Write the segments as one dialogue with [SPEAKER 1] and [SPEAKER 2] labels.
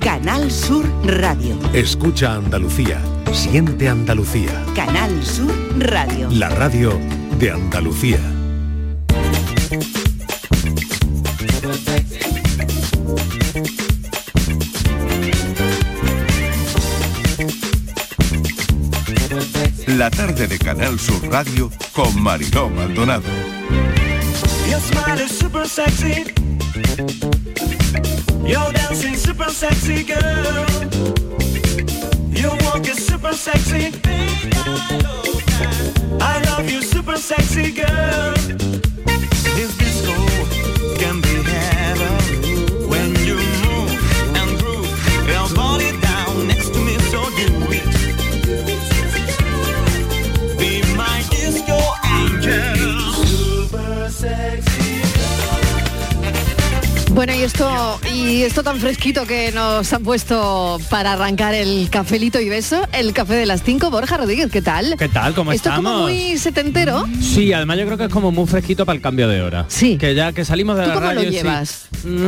[SPEAKER 1] Canal Sur Radio.
[SPEAKER 2] Escucha Andalucía. Siente Andalucía.
[SPEAKER 1] Canal Sur Radio.
[SPEAKER 2] La radio de Andalucía.
[SPEAKER 3] La tarde de Canal Sur Radio con Mariló Maldonado.
[SPEAKER 4] Your smile is super sexy. You're dancing super sexy girl. Your walk is super sexy. I love you super sexy girl. This disco can be heaven when you move and groove. Your body down next to me so you Be my disco angel. Super sexy.
[SPEAKER 5] Bueno, y esto, y esto tan fresquito que nos han puesto para arrancar el cafelito y beso, el café de las 5, Borja Rodríguez, ¿qué tal?
[SPEAKER 6] ¿Qué tal? ¿Cómo
[SPEAKER 5] esto
[SPEAKER 6] estamos? Mm,
[SPEAKER 5] como muy setentero.
[SPEAKER 6] Sí, además yo creo que es como muy fresquito para el cambio de hora.
[SPEAKER 5] Sí.
[SPEAKER 6] Que ya que salimos de
[SPEAKER 5] ¿Tú
[SPEAKER 6] la
[SPEAKER 5] cómo
[SPEAKER 6] radio.
[SPEAKER 5] lo
[SPEAKER 6] sí. Mm.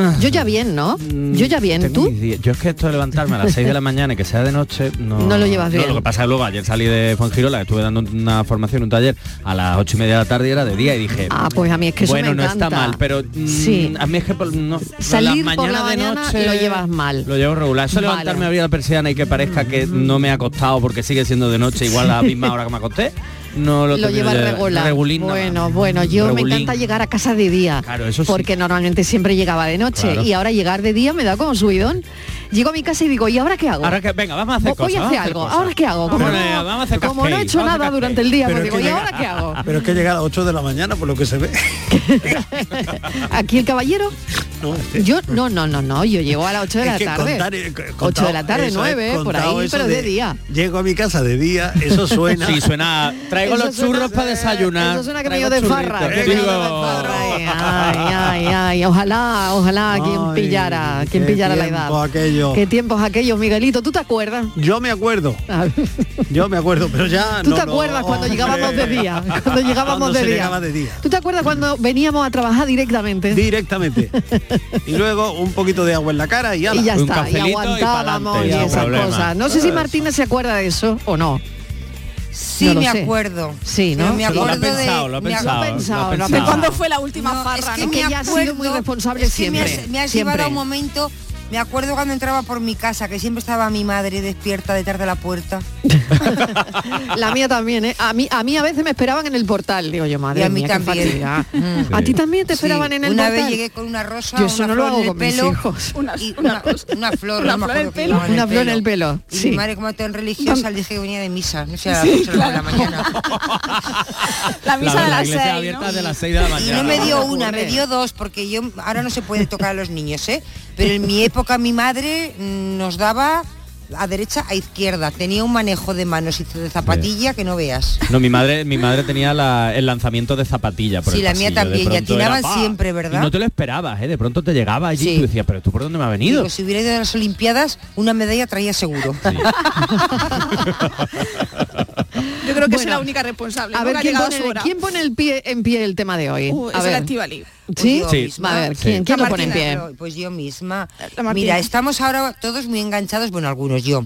[SPEAKER 5] llevas? Yo ya bien, ¿no? Yo ya bien,
[SPEAKER 6] Tengo
[SPEAKER 5] ¿tú?
[SPEAKER 6] mis días. Yo es que esto de levantarme a las 6 de la mañana y que sea de noche, no,
[SPEAKER 5] No lo llevas bien.
[SPEAKER 6] lo que pasa es que luego ayer salí de Fuengirola, que estuve dando una formación, un taller, a las 8 y media de la tarde y era de día y dije,
[SPEAKER 5] Ah, pues a mí es que eso
[SPEAKER 6] bueno,
[SPEAKER 5] me
[SPEAKER 6] no está
[SPEAKER 5] encanta.
[SPEAKER 6] mal, pero mm,
[SPEAKER 5] Sí.
[SPEAKER 6] a mí es que por, no,
[SPEAKER 5] Salir
[SPEAKER 6] las
[SPEAKER 5] por la
[SPEAKER 6] mañanas
[SPEAKER 5] mañana
[SPEAKER 6] de noche
[SPEAKER 5] lo llevas mal.
[SPEAKER 6] Lo llevo regular. Eso
[SPEAKER 5] Vale. Mm.
[SPEAKER 6] levantarme a abrir la persiana y que parezca que no me ha costado porque sigue siendo de noche, igual a la misma hora que me acosté, no lo,
[SPEAKER 5] Lo
[SPEAKER 6] termino
[SPEAKER 5] llevas
[SPEAKER 6] de-
[SPEAKER 5] regular.
[SPEAKER 6] regulín nada más.
[SPEAKER 5] bueno, bueno, yo me
[SPEAKER 6] Regulín.
[SPEAKER 5] encanta llegar a casa de día.
[SPEAKER 6] Claro, eso sí.
[SPEAKER 5] Porque normalmente siempre llegaba de noche.
[SPEAKER 6] Claro.
[SPEAKER 5] Y ahora llegar de día me da como subidón. Llego a mi casa y digo, ¿y ahora qué hago?
[SPEAKER 6] Ahora que, venga, vamos a hacer
[SPEAKER 5] Voy
[SPEAKER 6] cosas.
[SPEAKER 5] a hacer algo. ¿Ahora qué hago? Como
[SPEAKER 6] Pero,
[SPEAKER 5] no-
[SPEAKER 6] eh, vamos a hacer
[SPEAKER 5] como no he
[SPEAKER 6] cupcake,
[SPEAKER 5] hecho
[SPEAKER 6] vamos a
[SPEAKER 5] nada
[SPEAKER 6] hacer cupcake.
[SPEAKER 5] durante el día, pues
[SPEAKER 7] Pero es
[SPEAKER 5] digo, ¿y
[SPEAKER 7] que
[SPEAKER 5] ahora
[SPEAKER 7] llega-
[SPEAKER 5] qué hago?
[SPEAKER 7] Pero es que llega a las 8 de la mañana, por lo que se ve.
[SPEAKER 5] ¿Aquí
[SPEAKER 6] este,
[SPEAKER 5] el caballero? Yo, no, no, no, no, yo llego a las 8 de la
[SPEAKER 7] Es que
[SPEAKER 5] tarde.
[SPEAKER 7] contar, eh, c- contado
[SPEAKER 5] 8 de la tarde,
[SPEAKER 7] eso, eh,
[SPEAKER 5] 9, por
[SPEAKER 7] contado
[SPEAKER 5] ahí,
[SPEAKER 7] eso
[SPEAKER 5] pero de, día.
[SPEAKER 7] Llego a mi casa de día, eso suena.
[SPEAKER 6] Sí, suena. Traigo
[SPEAKER 5] Eso
[SPEAKER 6] los
[SPEAKER 5] suena-
[SPEAKER 6] churros para desayunar.
[SPEAKER 5] Eso suena que me
[SPEAKER 6] Traigo
[SPEAKER 5] dio de
[SPEAKER 6] churritos.
[SPEAKER 7] Eh,
[SPEAKER 5] farra. que
[SPEAKER 6] Te
[SPEAKER 5] me dio de
[SPEAKER 6] digo,
[SPEAKER 5] farra. Ay, ay, ay, ay, ojalá, ojalá quien
[SPEAKER 7] Ay,
[SPEAKER 5] pillara, quien
[SPEAKER 7] qué
[SPEAKER 5] pillara la edad.
[SPEAKER 7] tiempos aquellos.
[SPEAKER 5] Qué tiempos aquellos, Miguelito, ¿tú te acuerdas?
[SPEAKER 7] Yo me acuerdo,
[SPEAKER 5] A ver,
[SPEAKER 7] yo me acuerdo, pero ya
[SPEAKER 5] ¿Tú
[SPEAKER 7] no,
[SPEAKER 5] te
[SPEAKER 7] no,
[SPEAKER 5] acuerdas cuando
[SPEAKER 7] hombre.
[SPEAKER 5] llegábamos de día? Cuando llegábamos
[SPEAKER 7] Cuando
[SPEAKER 5] de,
[SPEAKER 7] se
[SPEAKER 5] día.
[SPEAKER 7] llegaba de día.
[SPEAKER 5] ¿Tú te acuerdas cuando veníamos a trabajar directamente?
[SPEAKER 7] Directamente. Y luego un poquito de agua en la cara y, ala.
[SPEAKER 5] y ya
[SPEAKER 6] Un
[SPEAKER 5] está, y
[SPEAKER 6] cafelito y
[SPEAKER 5] aguantábamos y,
[SPEAKER 6] pa'lante, ya,
[SPEAKER 5] esas
[SPEAKER 6] problema.
[SPEAKER 5] cosas. No sé si Martínez se acuerda de eso o no.
[SPEAKER 8] Sí,
[SPEAKER 5] No lo
[SPEAKER 8] me
[SPEAKER 5] sé.
[SPEAKER 8] acuerdo.
[SPEAKER 5] Sí, ¿no?
[SPEAKER 8] Pero me
[SPEAKER 5] Sí,
[SPEAKER 6] Lo
[SPEAKER 8] acuerdo
[SPEAKER 6] ha pensado,
[SPEAKER 8] de,
[SPEAKER 6] lo ha
[SPEAKER 8] me ac-
[SPEAKER 5] pensado,
[SPEAKER 6] pensado.
[SPEAKER 5] lo ha
[SPEAKER 6] pensado.
[SPEAKER 5] pensado. ¿Cuándo
[SPEAKER 9] fue la última
[SPEAKER 8] No,
[SPEAKER 9] farra?
[SPEAKER 8] es que
[SPEAKER 9] no?
[SPEAKER 5] que
[SPEAKER 8] me
[SPEAKER 5] ella ha sido
[SPEAKER 8] acuerdo-
[SPEAKER 5] muy responsable
[SPEAKER 8] es que me has-
[SPEAKER 5] siempre,
[SPEAKER 8] Me has,
[SPEAKER 5] siempre.
[SPEAKER 8] llevado a un momento. Me acuerdo cuando entraba por mi casa, que siempre estaba mi madre despierta detrás de la puerta.
[SPEAKER 5] La mía también, ¿eh? A mí, a mí a veces me esperaban en el portal, digo yo, madre
[SPEAKER 8] Y a mí
[SPEAKER 5] mía, qué
[SPEAKER 8] también.
[SPEAKER 5] fatiga.
[SPEAKER 8] Mm.
[SPEAKER 5] A ti también
[SPEAKER 8] Sí,
[SPEAKER 5] te esperaban en el
[SPEAKER 8] Una
[SPEAKER 5] portal.
[SPEAKER 8] vez llegué con una rosa,
[SPEAKER 5] Yo
[SPEAKER 8] una
[SPEAKER 5] eso no
[SPEAKER 8] flor
[SPEAKER 5] lo hago
[SPEAKER 8] en el
[SPEAKER 5] con mis
[SPEAKER 8] pelo
[SPEAKER 5] hijos.
[SPEAKER 9] Una-
[SPEAKER 8] y
[SPEAKER 9] una
[SPEAKER 8] una,
[SPEAKER 9] cosa.
[SPEAKER 8] una flor,
[SPEAKER 9] Una
[SPEAKER 8] no me
[SPEAKER 9] flor
[SPEAKER 8] acuerdo
[SPEAKER 9] en
[SPEAKER 8] qué
[SPEAKER 9] pelo.
[SPEAKER 8] llevaba
[SPEAKER 5] Una flor en el pelo,
[SPEAKER 8] Y
[SPEAKER 5] sí.
[SPEAKER 8] mi madre, como tan religiosa, le dije que venía de misa, no sé, a las ocho de la mañana.
[SPEAKER 9] La misa
[SPEAKER 6] La,
[SPEAKER 9] de
[SPEAKER 6] la
[SPEAKER 9] las
[SPEAKER 6] iglesia
[SPEAKER 9] seis,
[SPEAKER 6] abierta
[SPEAKER 9] ¿no?
[SPEAKER 6] de las 6 de la
[SPEAKER 8] Y
[SPEAKER 6] mañana.
[SPEAKER 8] no me dio una,
[SPEAKER 5] ocurre.
[SPEAKER 8] me dio dos, porque yo ahora no se puede tocar a los niños, ¿eh? Pero en mi época mi madre mm, nos daba a derecha, a izquierda. Tenía un manejo de manos y de zapatilla que no veas.
[SPEAKER 6] No, mi madre, mi madre tenía la- el lanzamiento de zapatilla por
[SPEAKER 8] Sí,
[SPEAKER 6] el
[SPEAKER 8] la mía
[SPEAKER 6] pasillo. De
[SPEAKER 8] también, y
[SPEAKER 6] pronto era,
[SPEAKER 8] atinaban
[SPEAKER 6] ¡pa!
[SPEAKER 8] siempre, ¿verdad?
[SPEAKER 6] Y no te lo esperabas, ¿eh? De pronto te llegaba allí
[SPEAKER 8] Sí.
[SPEAKER 6] y tú decías, pero tú por dónde me ha venido.
[SPEAKER 8] Digo, si hubiera ido a las Olimpiadas, una medalla traía seguro.
[SPEAKER 9] Yo creo que es
[SPEAKER 5] Bueno,
[SPEAKER 9] la única responsable.
[SPEAKER 5] A
[SPEAKER 9] ¿no?
[SPEAKER 5] ver,
[SPEAKER 9] Que ha
[SPEAKER 5] ¿quién
[SPEAKER 9] llegado a
[SPEAKER 5] pone,
[SPEAKER 9] su hora.
[SPEAKER 5] quién pone el pie, en pie el tema de hoy?
[SPEAKER 9] Uh,
[SPEAKER 5] a
[SPEAKER 9] es la
[SPEAKER 5] ver.
[SPEAKER 9] Estivali.
[SPEAKER 8] Pues
[SPEAKER 5] ¿Sí?
[SPEAKER 8] yo
[SPEAKER 6] Sí.
[SPEAKER 8] misma.
[SPEAKER 5] A ver,
[SPEAKER 6] Sí.
[SPEAKER 5] ¿quién, quién
[SPEAKER 9] La
[SPEAKER 5] lo pone en pie?
[SPEAKER 9] Martina,
[SPEAKER 8] Pues yo misma.
[SPEAKER 9] La Martina.
[SPEAKER 8] Mira, estamos ahora todos muy enganchados, bueno, algunos yo.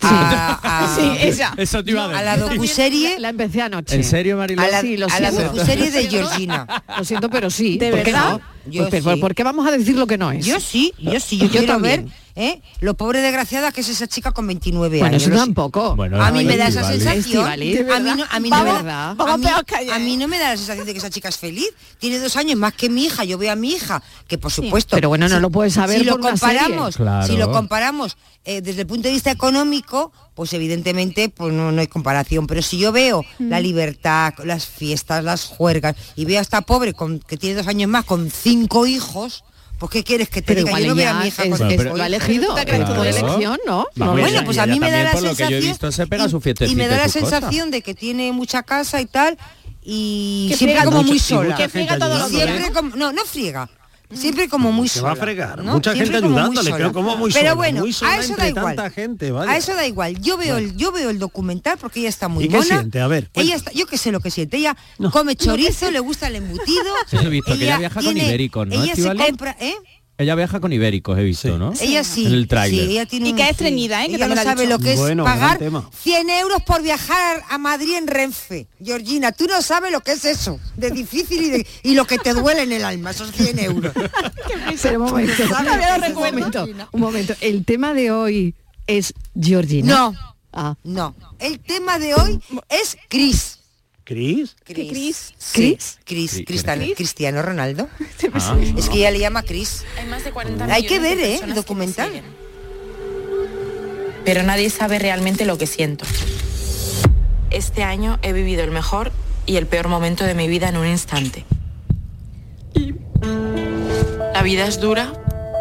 [SPEAKER 8] A, a-
[SPEAKER 9] Sí, esa.
[SPEAKER 6] Eso te iba
[SPEAKER 8] a
[SPEAKER 6] a
[SPEAKER 8] la
[SPEAKER 6] decir.
[SPEAKER 8] docuserie,
[SPEAKER 5] La empecé anoche.
[SPEAKER 6] ¿En serio, Mariló?
[SPEAKER 8] a la,
[SPEAKER 5] Sí, lo
[SPEAKER 8] a la
[SPEAKER 5] siento.
[SPEAKER 8] docuserie de Georgina.
[SPEAKER 5] Lo siento, pero sí.
[SPEAKER 9] ¿De
[SPEAKER 5] ¿Por qué
[SPEAKER 9] verdad?
[SPEAKER 5] no?
[SPEAKER 8] Yo
[SPEAKER 5] Pues, pero
[SPEAKER 8] sí.
[SPEAKER 5] ¿Por qué vamos a decir lo que no es?
[SPEAKER 8] Yo sí, yo sí, yo,
[SPEAKER 5] Yo
[SPEAKER 8] quiero
[SPEAKER 5] también.
[SPEAKER 8] ver ¿eh? lo pobre desgraciada que es esa chica con 29
[SPEAKER 5] bueno,
[SPEAKER 8] años.
[SPEAKER 5] eso
[SPEAKER 8] Lo sé.
[SPEAKER 5] tampoco.
[SPEAKER 6] Bueno, ¿eh?
[SPEAKER 8] A mí me da esa
[SPEAKER 6] Estivali.
[SPEAKER 8] sensación. A
[SPEAKER 5] Estivali.
[SPEAKER 8] mí no, a mí
[SPEAKER 5] De
[SPEAKER 8] no me
[SPEAKER 5] verdad.
[SPEAKER 8] da, a
[SPEAKER 9] Vamos
[SPEAKER 8] mí-
[SPEAKER 9] peor que ayer.
[SPEAKER 8] a mí no me da la sensación de que esa chica es feliz. Tiene dos años más que mi hija. Yo veo a mi hija, que por supuesto.
[SPEAKER 5] Pero bueno, no
[SPEAKER 8] si-
[SPEAKER 5] lo puedes saber
[SPEAKER 8] Si lo
[SPEAKER 5] por una serie.
[SPEAKER 8] comparamos,
[SPEAKER 6] Claro.
[SPEAKER 8] si lo comparamos eh, desde el punto de vista económico, pues evidentemente pues no, no hay comparación. Pero si yo veo la libertad, las fiestas, las juergas y veo a esta pobre con, que tiene dos años más con cinco hijos. Pues qué quieres que te
[SPEAKER 5] Pero
[SPEAKER 8] diga,
[SPEAKER 5] igual
[SPEAKER 8] yo no veo a
[SPEAKER 5] ella
[SPEAKER 8] mi hija
[SPEAKER 5] es-
[SPEAKER 8] con
[SPEAKER 5] es-
[SPEAKER 8] cinco
[SPEAKER 5] lo ha
[SPEAKER 8] hijos.
[SPEAKER 5] elegido,
[SPEAKER 9] ¿Tú te crees
[SPEAKER 5] es por
[SPEAKER 9] que es-
[SPEAKER 5] elección, ¿no?
[SPEAKER 6] Vamos,
[SPEAKER 5] No,
[SPEAKER 6] ella-
[SPEAKER 8] Bueno, pues a
[SPEAKER 6] ella
[SPEAKER 8] mí me da
[SPEAKER 6] también,
[SPEAKER 8] la
[SPEAKER 6] por lo que yo he
[SPEAKER 8] sensación
[SPEAKER 6] visto, se pega
[SPEAKER 8] y-
[SPEAKER 6] su
[SPEAKER 8] y me
[SPEAKER 6] fiestecita
[SPEAKER 8] da
[SPEAKER 6] y
[SPEAKER 8] la
[SPEAKER 6] sus cosas.
[SPEAKER 8] sensación de que tiene mucha casa y tal y
[SPEAKER 9] Que
[SPEAKER 8] siempre
[SPEAKER 9] friega
[SPEAKER 8] como
[SPEAKER 9] mucho-
[SPEAKER 8] muy
[SPEAKER 9] y
[SPEAKER 8] sola.
[SPEAKER 9] mucha Que friega
[SPEAKER 6] gente
[SPEAKER 9] todos los
[SPEAKER 6] ayudando,
[SPEAKER 9] días.
[SPEAKER 8] Siempre como no, no friega. Siempre como muy
[SPEAKER 7] Se
[SPEAKER 8] sola.
[SPEAKER 7] va a fregar.
[SPEAKER 8] ¿no?
[SPEAKER 7] Mucha
[SPEAKER 8] Siempre
[SPEAKER 7] gente
[SPEAKER 8] como muy
[SPEAKER 7] ayudándole,
[SPEAKER 8] sola.
[SPEAKER 7] pero como muy
[SPEAKER 8] Pero
[SPEAKER 7] sola,
[SPEAKER 8] bueno,
[SPEAKER 7] muy sola
[SPEAKER 8] a eso da
[SPEAKER 7] entre
[SPEAKER 8] igual.
[SPEAKER 7] tanta gente, vaya.
[SPEAKER 8] A eso da igual. Yo veo el yo veo el documental porque ella está muy
[SPEAKER 7] ¿Y qué
[SPEAKER 8] mona.
[SPEAKER 7] siente? A ver,
[SPEAKER 8] ella
[SPEAKER 7] cuenta.
[SPEAKER 8] está, yo qué sé lo que siente. Ella come chorizo, le gusta ¿eh? el embutido.
[SPEAKER 6] Sí, eso he visto, que ella viaja con
[SPEAKER 8] tiene-
[SPEAKER 6] Ibérico, ¿no,
[SPEAKER 8] Ella se
[SPEAKER 6] Estíbaliz?
[SPEAKER 8] compra, ¿eh?
[SPEAKER 6] Ella viaja con ibéricos, he visto, ¿no?
[SPEAKER 8] Ella sí.
[SPEAKER 6] En el tráiler.
[SPEAKER 8] sí, ella tiene
[SPEAKER 9] Y que
[SPEAKER 8] un-
[SPEAKER 9] es estreñida, ¿eh? Que
[SPEAKER 8] Ella
[SPEAKER 9] también
[SPEAKER 8] no
[SPEAKER 9] lo ha
[SPEAKER 8] sabe
[SPEAKER 9] dicho.
[SPEAKER 8] lo que es
[SPEAKER 7] Bueno, gran
[SPEAKER 8] pagar
[SPEAKER 7] tema.
[SPEAKER 8] 100 euros por viajar a Madrid en Renfe. Georgina, tú no sabes lo que es eso. De difícil y, de- y lo que te duele en el alma, esos 100 euros.
[SPEAKER 5] Pero un momento,
[SPEAKER 8] Todavía lo
[SPEAKER 5] Pues, un
[SPEAKER 8] recuerdo.
[SPEAKER 5] momento, un momento. El tema de hoy es Georgina.
[SPEAKER 8] No.
[SPEAKER 5] Ah.
[SPEAKER 8] No. El tema de hoy es Cris.
[SPEAKER 7] ¿Cris?
[SPEAKER 9] ¿Qué, Cris?
[SPEAKER 5] ¿Cris?
[SPEAKER 8] Cris,
[SPEAKER 6] Sí,
[SPEAKER 8] Cristiano,
[SPEAKER 9] Cris.
[SPEAKER 8] Cristiano Ronaldo.
[SPEAKER 6] Ah.
[SPEAKER 8] Es que ella le llama Cris.
[SPEAKER 10] Hay más de 40
[SPEAKER 8] Hay que
[SPEAKER 10] millones de
[SPEAKER 8] ver, ¿eh?
[SPEAKER 10] personas
[SPEAKER 8] El documental.
[SPEAKER 10] que me siguen. Pero nadie sabe realmente lo que siento. Este año he vivido el mejor y el peor momento de mi vida en un instante. La vida es dura,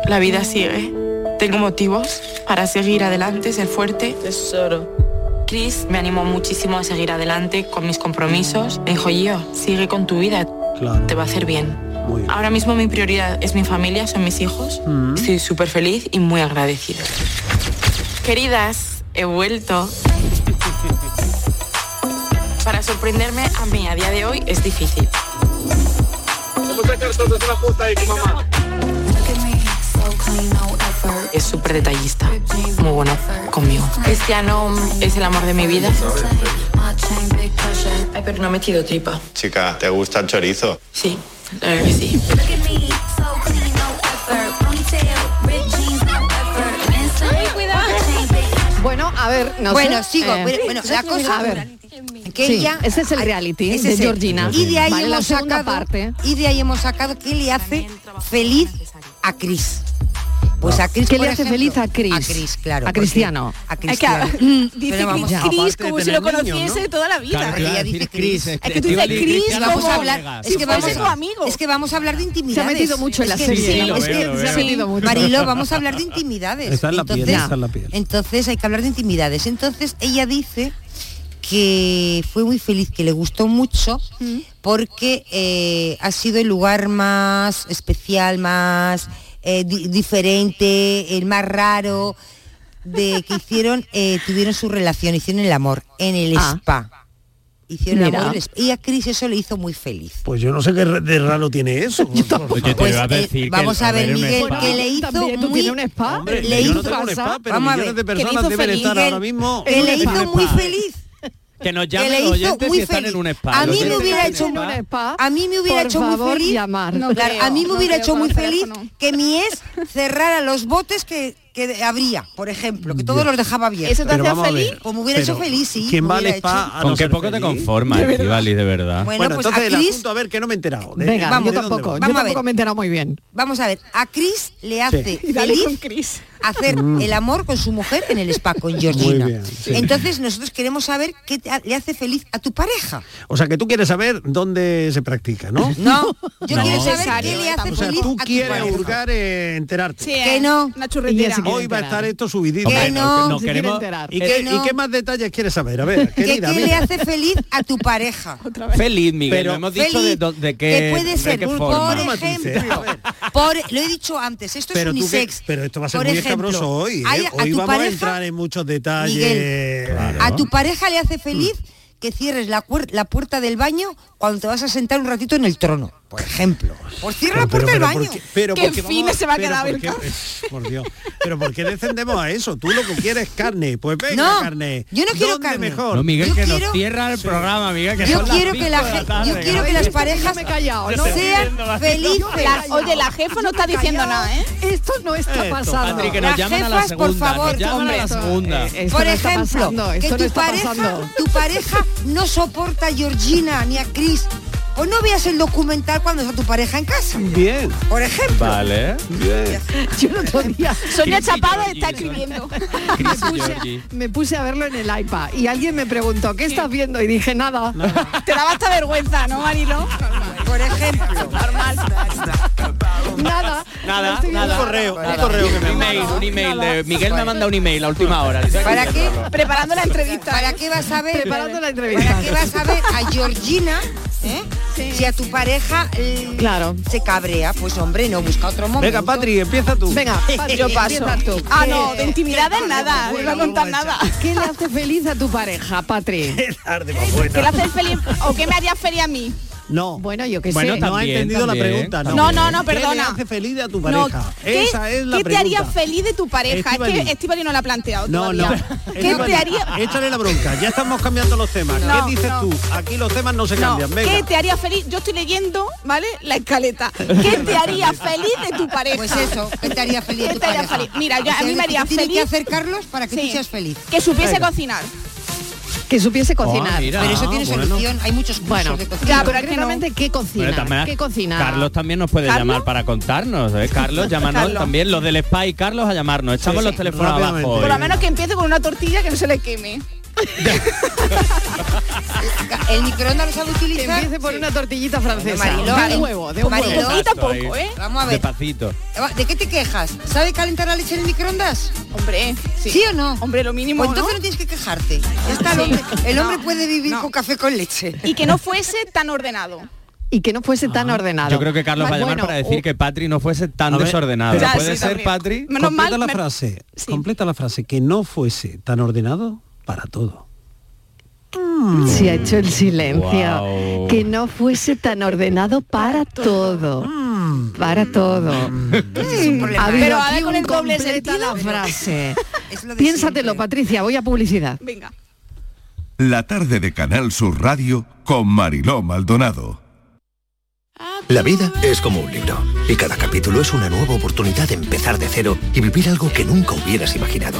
[SPEAKER 10] la vida sigue. Tengo motivos para seguir adelante, ser fuerte. Tesoro. Chris me animó muchísimo a seguir adelante con mis compromisos. Me dijo, yo, sigue con tu vida,
[SPEAKER 7] Claro.
[SPEAKER 10] te va a hacer bien.
[SPEAKER 7] Muy bien. Mm.
[SPEAKER 10] Ahora mismo mi prioridad es mi familia, son mis hijos. Estoy súper feliz y muy agradecida. Queridas, he vuelto. Para sorprenderme a mí a día de hoy es difícil. Es súper detallista, muy bueno conmigo. Cristiano Este es el amor de mi vida. Ay, pero no he metido tripa.
[SPEAKER 11] Chica, ¿te gusta el chorizo?
[SPEAKER 10] Sí, la verdad que sí.
[SPEAKER 5] Bueno, a ver, no
[SPEAKER 8] Bueno,
[SPEAKER 5] sé,
[SPEAKER 8] sigo,
[SPEAKER 5] eh,
[SPEAKER 8] pero, bueno, la cosa-
[SPEAKER 5] a ver,
[SPEAKER 8] Que
[SPEAKER 5] sí,
[SPEAKER 8] ella-
[SPEAKER 5] ese es el reality
[SPEAKER 8] Ese
[SPEAKER 5] de
[SPEAKER 8] es el-
[SPEAKER 5] Georgina.
[SPEAKER 8] Y de ahí
[SPEAKER 5] Vale, la
[SPEAKER 8] hemos
[SPEAKER 5] segunda
[SPEAKER 8] sacado
[SPEAKER 5] parte.
[SPEAKER 8] y de ahí hemos sacado qué le hace feliz a Cris. Pues a Cris
[SPEAKER 5] ¿Qué
[SPEAKER 8] por
[SPEAKER 5] le hace
[SPEAKER 8] ejemplo,
[SPEAKER 5] feliz a Cris?
[SPEAKER 8] A Cris, claro.
[SPEAKER 5] A
[SPEAKER 8] porque-
[SPEAKER 5] Cristiano.
[SPEAKER 8] A
[SPEAKER 9] Es que
[SPEAKER 8] Cristiano.
[SPEAKER 9] dice
[SPEAKER 8] Pero vamos,
[SPEAKER 9] Cris,
[SPEAKER 5] ya.
[SPEAKER 9] Cris
[SPEAKER 7] Aparte de
[SPEAKER 9] como si lo
[SPEAKER 7] tener niños,
[SPEAKER 9] conociese
[SPEAKER 7] ¿no?
[SPEAKER 9] de toda la vida.
[SPEAKER 6] Claro, te iba a
[SPEAKER 8] ella
[SPEAKER 6] decir
[SPEAKER 8] dice
[SPEAKER 6] Chris,
[SPEAKER 8] Chris.
[SPEAKER 6] este,
[SPEAKER 9] Es que tú
[SPEAKER 6] te iba a
[SPEAKER 9] dices
[SPEAKER 6] decir
[SPEAKER 9] Chris
[SPEAKER 6] Cristiano
[SPEAKER 8] vamos a
[SPEAKER 9] como-
[SPEAKER 8] hablar,
[SPEAKER 6] Vegas.
[SPEAKER 8] es que
[SPEAKER 9] fuese
[SPEAKER 8] vamos,
[SPEAKER 9] tu amigo.
[SPEAKER 8] Es que vamos a hablar de intimidades.
[SPEAKER 5] Se ha metido mucho en la
[SPEAKER 8] Es que
[SPEAKER 5] serie,
[SPEAKER 8] sí,
[SPEAKER 5] lo
[SPEAKER 8] es
[SPEAKER 5] veo,
[SPEAKER 8] que-
[SPEAKER 5] lo veo. Se ha metido mucho.
[SPEAKER 8] Mariló, vamos a hablar de intimidades.
[SPEAKER 7] Está en la piel,
[SPEAKER 8] Entonces-
[SPEAKER 7] está en la piel.
[SPEAKER 8] Entonces hay que hablar de intimidades. Entonces ella dice que fue muy feliz, que le gustó mucho,
[SPEAKER 5] Mm.
[SPEAKER 8] porque eh, ha sido el lugar más especial, más eh, di- diferente, el más raro de que hicieron, eh, tuvieron su relación, hicieron el amor en el
[SPEAKER 5] Ah.
[SPEAKER 8] spa. Hicieron el
[SPEAKER 5] Mira.
[SPEAKER 8] amor en el spa. Y a Chris eso le hizo muy feliz.
[SPEAKER 7] Pues yo no sé qué de raro tiene eso.
[SPEAKER 6] Oye, te
[SPEAKER 8] Pues,
[SPEAKER 6] iba a
[SPEAKER 8] eh,
[SPEAKER 6] decir que
[SPEAKER 8] vamos
[SPEAKER 6] el-
[SPEAKER 8] a ver,
[SPEAKER 6] ver, me-
[SPEAKER 8] Miguel,
[SPEAKER 5] Bueno,
[SPEAKER 8] que le hizo
[SPEAKER 5] también, tú
[SPEAKER 8] muy-
[SPEAKER 5] tienes un spa.
[SPEAKER 8] Hombre,
[SPEAKER 5] le
[SPEAKER 7] yo no
[SPEAKER 5] hizo
[SPEAKER 7] tengo un spa, pero
[SPEAKER 8] Vamos a
[SPEAKER 7] millones
[SPEAKER 8] ver,
[SPEAKER 7] de personas
[SPEAKER 9] hizo
[SPEAKER 7] deben
[SPEAKER 9] feliz.
[SPEAKER 7] estar
[SPEAKER 8] Miguel,
[SPEAKER 7] ahora mismo.
[SPEAKER 8] que le
[SPEAKER 6] en
[SPEAKER 8] hizo
[SPEAKER 6] un
[SPEAKER 8] muy
[SPEAKER 6] spa.
[SPEAKER 8] feliz.
[SPEAKER 6] Que nos
[SPEAKER 8] que
[SPEAKER 6] llamen
[SPEAKER 8] le
[SPEAKER 6] los
[SPEAKER 8] hizo
[SPEAKER 6] oyentes
[SPEAKER 8] muy
[SPEAKER 6] si están
[SPEAKER 8] feliz.
[SPEAKER 6] en un spa.
[SPEAKER 8] A
[SPEAKER 6] Los
[SPEAKER 8] mí me
[SPEAKER 6] oyentes
[SPEAKER 8] hubiera
[SPEAKER 6] que
[SPEAKER 8] hecho
[SPEAKER 6] están en
[SPEAKER 8] muy-
[SPEAKER 6] un spa.
[SPEAKER 8] a mí me hubiera
[SPEAKER 5] Por
[SPEAKER 8] hecho muy
[SPEAKER 5] favor,
[SPEAKER 8] feliz.
[SPEAKER 5] llamar.
[SPEAKER 9] No
[SPEAKER 8] Claro,
[SPEAKER 9] creo,
[SPEAKER 8] a mí me
[SPEAKER 9] no
[SPEAKER 8] hubiera
[SPEAKER 9] creo
[SPEAKER 8] hecho
[SPEAKER 9] con
[SPEAKER 8] muy
[SPEAKER 9] el
[SPEAKER 8] feliz
[SPEAKER 9] teléfono.
[SPEAKER 8] que mi ex cerrara los botes que, que habría, por ejemplo, que todos los dejaba abiertos.
[SPEAKER 9] ¿Eso te hacía
[SPEAKER 7] vamos a
[SPEAKER 9] feliz?
[SPEAKER 7] ver,
[SPEAKER 8] Pues me hubiera hecho feliz, sí,
[SPEAKER 7] ¿Quién
[SPEAKER 8] me
[SPEAKER 7] vale
[SPEAKER 8] hubiera
[SPEAKER 7] spa
[SPEAKER 8] hecho.
[SPEAKER 7] a no
[SPEAKER 6] Con qué
[SPEAKER 7] ser
[SPEAKER 6] poco te
[SPEAKER 7] feliz?
[SPEAKER 6] conformas, Estivali, de verdad.
[SPEAKER 8] Bueno,
[SPEAKER 7] Bueno,
[SPEAKER 8] pues
[SPEAKER 7] entonces
[SPEAKER 8] a
[SPEAKER 7] el
[SPEAKER 8] Cris-
[SPEAKER 7] asunto, a ver, que no me he enterado. De-
[SPEAKER 5] Venga,
[SPEAKER 8] Vamos,
[SPEAKER 5] yo
[SPEAKER 7] ¿de dónde
[SPEAKER 5] tampoco,
[SPEAKER 7] va?
[SPEAKER 5] yo
[SPEAKER 8] Vamos a ver.
[SPEAKER 5] tampoco me he enterado muy bien.
[SPEAKER 8] Vamos a ver, a Chris le hace
[SPEAKER 9] Y dale con
[SPEAKER 8] feliz
[SPEAKER 9] Cris.
[SPEAKER 8] hacer el amor con su mujer en el spa con Georgina.
[SPEAKER 7] Mm. Muy bien, sí.
[SPEAKER 8] Entonces nosotros queremos saber qué te ha- le hace feliz a tu pareja.
[SPEAKER 7] O sea, que tú quieres saber dónde se practica, ¿no? pues,
[SPEAKER 8] No, yo
[SPEAKER 6] No.
[SPEAKER 8] quiero saber pues, qué
[SPEAKER 9] Necesario,
[SPEAKER 8] le hace
[SPEAKER 7] O sea,
[SPEAKER 8] feliz
[SPEAKER 7] tú
[SPEAKER 8] a tu
[SPEAKER 7] quieres
[SPEAKER 8] pareja.
[SPEAKER 7] hurgar eh, enterarte.
[SPEAKER 9] Sí,
[SPEAKER 8] Que
[SPEAKER 9] eh,
[SPEAKER 8] no.
[SPEAKER 9] Una churretera.
[SPEAKER 5] Y ese-
[SPEAKER 7] Hoy va a estar esto subidito.
[SPEAKER 8] Que
[SPEAKER 6] Hombre,
[SPEAKER 8] no,
[SPEAKER 6] no
[SPEAKER 5] se quiere
[SPEAKER 6] queremos...
[SPEAKER 5] enterar.
[SPEAKER 7] ¿Y,
[SPEAKER 6] Eh,
[SPEAKER 7] qué,
[SPEAKER 8] que no.
[SPEAKER 7] y qué más detalles quieres saber? A ver,
[SPEAKER 8] ¿Qué-
[SPEAKER 7] querida,
[SPEAKER 8] ¿Qué le
[SPEAKER 7] mira.
[SPEAKER 8] hace feliz a tu pareja?
[SPEAKER 9] Otra vez.
[SPEAKER 6] Feliz, Miguel.
[SPEAKER 7] Pero
[SPEAKER 6] no hemos dicho
[SPEAKER 8] feliz,
[SPEAKER 6] de, do- de qué,
[SPEAKER 8] que puede
[SPEAKER 6] de
[SPEAKER 8] ser
[SPEAKER 6] qué
[SPEAKER 8] por
[SPEAKER 6] forma.
[SPEAKER 7] Matices, ¿eh?
[SPEAKER 8] ejemplo
[SPEAKER 7] a ver.
[SPEAKER 8] por- lo he dicho antes esto
[SPEAKER 7] Pero,
[SPEAKER 8] es
[SPEAKER 7] tú que-
[SPEAKER 8] unisex
[SPEAKER 7] pero esto va a ser
[SPEAKER 8] Por
[SPEAKER 7] muy
[SPEAKER 8] ejemplo,
[SPEAKER 7] escabroso hoy. ¿eh?
[SPEAKER 8] hay- a
[SPEAKER 7] Hoy
[SPEAKER 8] tu
[SPEAKER 7] vamos a
[SPEAKER 8] pareja-
[SPEAKER 7] entrar en muchos detalles.
[SPEAKER 8] Miguel,
[SPEAKER 7] Claro. Mm.
[SPEAKER 8] a tu pareja le hace feliz que cierres la, puer- la puerta del baño cuando te vas a sentar un ratito en el trono por ejemplo por cierra la
[SPEAKER 7] Pero-
[SPEAKER 8] puerta del
[SPEAKER 7] pero- pero
[SPEAKER 8] baño
[SPEAKER 7] ¿por qué- pero
[SPEAKER 9] Que
[SPEAKER 7] por
[SPEAKER 9] en
[SPEAKER 7] qué
[SPEAKER 9] fines se va a
[SPEAKER 7] pero
[SPEAKER 9] quedar
[SPEAKER 7] por qué- por Dios. Pero ¿por qué descendemos a eso? Tú lo que quieres es carne. Pues venga,
[SPEAKER 8] No,
[SPEAKER 7] carne.
[SPEAKER 8] yo no quiero
[SPEAKER 7] ¿Dónde
[SPEAKER 8] carne.
[SPEAKER 7] mejor?
[SPEAKER 6] No, Miguel,
[SPEAKER 8] Yo
[SPEAKER 6] que
[SPEAKER 8] quiero-
[SPEAKER 6] nos cierra el programa, Miguel. Que
[SPEAKER 8] yo
[SPEAKER 6] son las
[SPEAKER 8] quiero que la
[SPEAKER 6] cinco de
[SPEAKER 8] gente-
[SPEAKER 6] tarde,
[SPEAKER 8] yo quiero que
[SPEAKER 5] Habéis
[SPEAKER 8] las
[SPEAKER 5] visto que yo
[SPEAKER 8] parejas
[SPEAKER 5] me he callado, ¿no?
[SPEAKER 8] sean
[SPEAKER 9] La-
[SPEAKER 8] felices
[SPEAKER 9] oye, la jefa no está diciendo nada, ¿eh?
[SPEAKER 5] Esto no está
[SPEAKER 7] Esto,
[SPEAKER 5] pasando.
[SPEAKER 6] Patri, que
[SPEAKER 8] Las
[SPEAKER 6] nos llaman a la
[SPEAKER 8] jefas, por
[SPEAKER 6] segunda.
[SPEAKER 8] favor, Eh,
[SPEAKER 6] nos llaman a la
[SPEAKER 5] hombre.
[SPEAKER 6] segunda.
[SPEAKER 5] Esto
[SPEAKER 8] por
[SPEAKER 5] no está
[SPEAKER 8] ejemplo
[SPEAKER 5] pasando, esto
[SPEAKER 8] que
[SPEAKER 5] no
[SPEAKER 8] tu
[SPEAKER 5] está
[SPEAKER 8] pareja
[SPEAKER 5] pasando.
[SPEAKER 8] tu pareja no soporta a Georgina ni a Chris pues no veas el documental cuando está tu pareja en casa
[SPEAKER 7] Bien.
[SPEAKER 8] por ejemplo
[SPEAKER 6] Vale.
[SPEAKER 5] Yo el otro día
[SPEAKER 9] Sonia
[SPEAKER 6] Cris y
[SPEAKER 9] Chapada
[SPEAKER 6] Georgie,
[SPEAKER 9] está
[SPEAKER 6] son-
[SPEAKER 9] escribiendo.
[SPEAKER 6] Cris y
[SPEAKER 5] puse,
[SPEAKER 6] Georgie.
[SPEAKER 5] me puse a verlo en el iPad y alguien me preguntó, ¿qué estás viendo? Y dije, nada.
[SPEAKER 9] Te daba hasta vergüenza, ¿no, Marilo?
[SPEAKER 8] por ejemplo
[SPEAKER 5] Nada.
[SPEAKER 6] Nada,
[SPEAKER 5] no estoy viendo
[SPEAKER 6] nada.
[SPEAKER 5] nada.
[SPEAKER 6] Un correo que me un email, un email de Miguel me ha mandado un email a última hora.
[SPEAKER 8] ¿Para qué?
[SPEAKER 9] Preparando la entrevista.
[SPEAKER 8] ¿Para qué vas a ver? eh,
[SPEAKER 5] Preparando la entrevista.
[SPEAKER 8] ¿Para qué vas a ver a Georgina eh, si a tu pareja eh,
[SPEAKER 5] Claro.
[SPEAKER 8] se cabrea? Pues hombre, no busca otro momento.
[SPEAKER 7] Venga, Patri, empieza tú.
[SPEAKER 5] Venga,
[SPEAKER 9] Yo paso. Ah, no,
[SPEAKER 8] Eh,
[SPEAKER 9] de intimidades nada. No
[SPEAKER 7] Bueno,
[SPEAKER 9] iba a contar
[SPEAKER 7] vamos a
[SPEAKER 9] nada.
[SPEAKER 5] ¿Qué le hace feliz a tu pareja, Patri?
[SPEAKER 7] Qué tarde más buena.
[SPEAKER 9] ¿Qué le hace feliz o qué me haría feliz a mí?
[SPEAKER 12] No.
[SPEAKER 5] Bueno, yo qué
[SPEAKER 12] Bueno,
[SPEAKER 5] sé.
[SPEAKER 12] no ha entendido la pregunta. No,
[SPEAKER 9] No, no, no,
[SPEAKER 12] ¿Qué le
[SPEAKER 9] perdona.
[SPEAKER 12] hace feliz a tu
[SPEAKER 9] No,
[SPEAKER 12] pareja?
[SPEAKER 9] ¿qué,
[SPEAKER 12] Esa es la
[SPEAKER 9] ¿qué te
[SPEAKER 12] pregunta.
[SPEAKER 9] haría feliz de tu pareja? Es
[SPEAKER 12] Estíbaliz.
[SPEAKER 9] que Estivali no la ha planteado
[SPEAKER 12] No, no.
[SPEAKER 9] todavía. ¿Qué
[SPEAKER 12] Estivali,
[SPEAKER 9] te haría?
[SPEAKER 12] Échale la bronca. Ya estamos cambiando los temas.
[SPEAKER 9] No,
[SPEAKER 12] ¿Qué dices
[SPEAKER 9] no.
[SPEAKER 12] tú? Aquí los temas no se
[SPEAKER 9] No,
[SPEAKER 12] cambian. Venga.
[SPEAKER 9] ¿Qué te haría feliz? Yo estoy leyendo, ¿vale? La escaleta. ¿Qué te haría feliz de tu pareja?
[SPEAKER 8] Pues eso, ¿qué te haría feliz de
[SPEAKER 9] ¿Qué
[SPEAKER 8] tu
[SPEAKER 9] te haría
[SPEAKER 8] pareja?
[SPEAKER 9] feliz? Mira, yo, a
[SPEAKER 8] O sea,
[SPEAKER 9] mí me haría
[SPEAKER 8] tú tienes
[SPEAKER 9] feliz...
[SPEAKER 8] que hacer, Carlos, para que tú seas feliz.
[SPEAKER 9] Que supiese
[SPEAKER 8] Venga.
[SPEAKER 9] cocinar.
[SPEAKER 5] Que supiese cocinar.
[SPEAKER 6] Ah, mira, Pero eso tiene bueno. solución,
[SPEAKER 8] hay muchos
[SPEAKER 5] cursos bueno,
[SPEAKER 8] de
[SPEAKER 5] Ya, pero realmente qué
[SPEAKER 6] Bueno,
[SPEAKER 5] cocina,
[SPEAKER 6] también-
[SPEAKER 5] qué cocina.
[SPEAKER 6] Carlos también nos puede
[SPEAKER 5] ¿Carlos?
[SPEAKER 6] llamar para contarnos, ¿eh? Carlos, llámanos
[SPEAKER 9] Carlos.
[SPEAKER 6] también, los del spa y Carlos a llamarnos. Echamos los teléfonos abajo.
[SPEAKER 9] Por
[SPEAKER 6] hoy.
[SPEAKER 9] lo menos que empiece con una tortilla que no se le queme.
[SPEAKER 8] El microondas lo sabe utilizar.
[SPEAKER 5] Que empiece por una tortillita francesa.
[SPEAKER 8] Mariló,
[SPEAKER 5] de
[SPEAKER 8] en-
[SPEAKER 5] un huevo, de un
[SPEAKER 8] Mariló,
[SPEAKER 5] huevo.
[SPEAKER 8] poquito a poco, ¿eh? Vamos a ver.
[SPEAKER 6] Despacito.
[SPEAKER 8] Eva, ¿De qué te quejas? ¿Sabe calentar la leche en el microondas?
[SPEAKER 9] Hombre, sí.
[SPEAKER 8] o no?
[SPEAKER 9] Hombre, lo mínimo,
[SPEAKER 8] Pues entonces
[SPEAKER 9] ¿no?
[SPEAKER 8] no, tienes que quejarte. Ya está, el hombre, el
[SPEAKER 9] No,
[SPEAKER 8] hombre puede vivir
[SPEAKER 9] no.
[SPEAKER 8] con café con leche.
[SPEAKER 9] Y que no fuese tan ordenado.
[SPEAKER 5] Y que no fuese tan ordenado.
[SPEAKER 6] Ah, Yo creo que Carlos va a llamar
[SPEAKER 5] Bueno,
[SPEAKER 6] para decir
[SPEAKER 5] u-
[SPEAKER 6] que Patri no fuese tan
[SPEAKER 12] A ver,
[SPEAKER 6] desordenado.
[SPEAKER 12] pero-
[SPEAKER 6] ¿Puede ser Patri?
[SPEAKER 12] completa la frase. Completa la frase. Que no fuese tan ordenado para todo.
[SPEAKER 6] Mm.
[SPEAKER 5] Se ha hecho el silencio.
[SPEAKER 12] Guau.
[SPEAKER 5] Que no fuese tan ordenado para todo.
[SPEAKER 6] Mm.
[SPEAKER 5] Para todo.
[SPEAKER 8] Mm.
[SPEAKER 9] problema.
[SPEAKER 5] Ha habido
[SPEAKER 9] Pero ahora
[SPEAKER 5] aquí
[SPEAKER 9] con
[SPEAKER 5] un
[SPEAKER 9] el doble
[SPEAKER 5] completa
[SPEAKER 9] sentido.
[SPEAKER 5] la frase. Piénsatelo, Patricia, voy a publicidad.
[SPEAKER 9] Venga.
[SPEAKER 3] La tarde de Canal Sur Radio con Mariló Maldonado.
[SPEAKER 7] La vida es como un libro y cada capítulo es una nueva oportunidad de empezar de cero y vivir algo que nunca hubieras imaginado.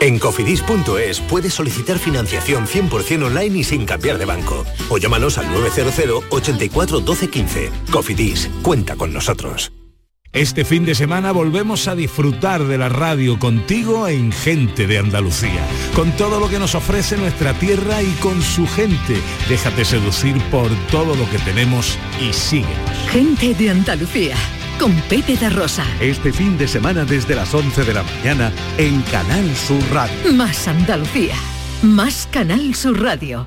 [SPEAKER 7] En cofidis.es puedes solicitar financiación 100% online y sin cambiar de banco. O llámanos al 900 84 12 15. Cofidis, cuenta con nosotros.
[SPEAKER 13] Este fin de semana volvemos a disfrutar de la radio contigo en Gente de Andalucía, con todo lo que nos ofrece nuestra tierra y con su gente. Déjate seducir por todo lo que tenemos y sigue.
[SPEAKER 14] Gente de Andalucía, con Pepe da Rosa.
[SPEAKER 15] Este fin de semana desde las 11 de la mañana en Canal Sur Radio.
[SPEAKER 14] Más Andalucía, más Canal Sur Radio.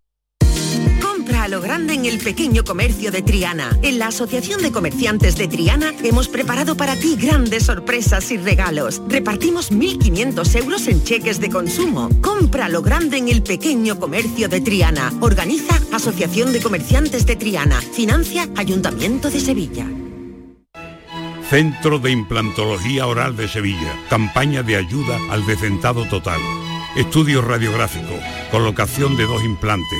[SPEAKER 16] Compra a lo grande en el pequeño comercio de Triana. En la Asociación de Comerciantes de Triana hemos preparado para ti grandes sorpresas y regalos. Repartimos 1.500 euros en cheques de consumo. Compra a lo grande en el pequeño comercio de Triana. Organiza Asociación de Comerciantes de Triana. Financia Ayuntamiento de Sevilla.
[SPEAKER 17] Centro de Implantología Oral de Sevilla. Campaña de ayuda al desentado total. Estudio radiográfico, colocación de dos implantes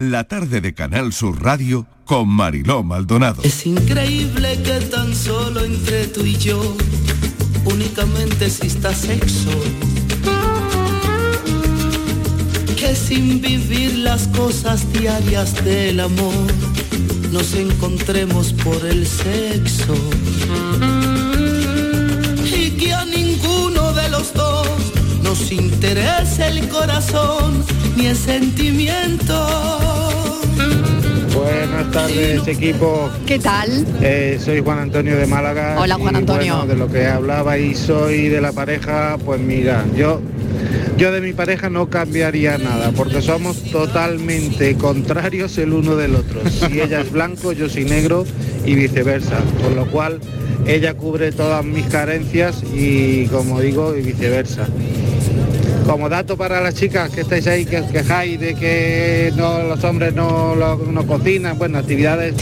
[SPEAKER 3] La tarde de Canal Sur Radio con Mariló Maldonado.
[SPEAKER 18] Increíble que tan solo entre tú y yo únicamente exista sexo. Que sin vivir las cosas diarias del amor nos encontremos por el sexo. Y que a ninguno de los dos nos interese el corazón ni el sentimiento.
[SPEAKER 19] Buenas tardes equipo,
[SPEAKER 5] ¿Qué tal?
[SPEAKER 19] Eh, soy Juan Antonio de Málaga.
[SPEAKER 5] Hola, Juan
[SPEAKER 19] y,
[SPEAKER 5] Antonio.
[SPEAKER 19] bueno, de lo que hablaba y soy de la pareja, pues mira, yo, yo de mi pareja no cambiaría nada, porque somos totalmente contrarios el uno del otro. Si ella es blanco, yo soy negro y viceversa, con lo cual ella cubre todas mis carencias y como digo, y viceversa. Como dato para las chicas que estáis ahí, que os quejáis de que no, los hombres no, lo- no cocinan, bueno, actividades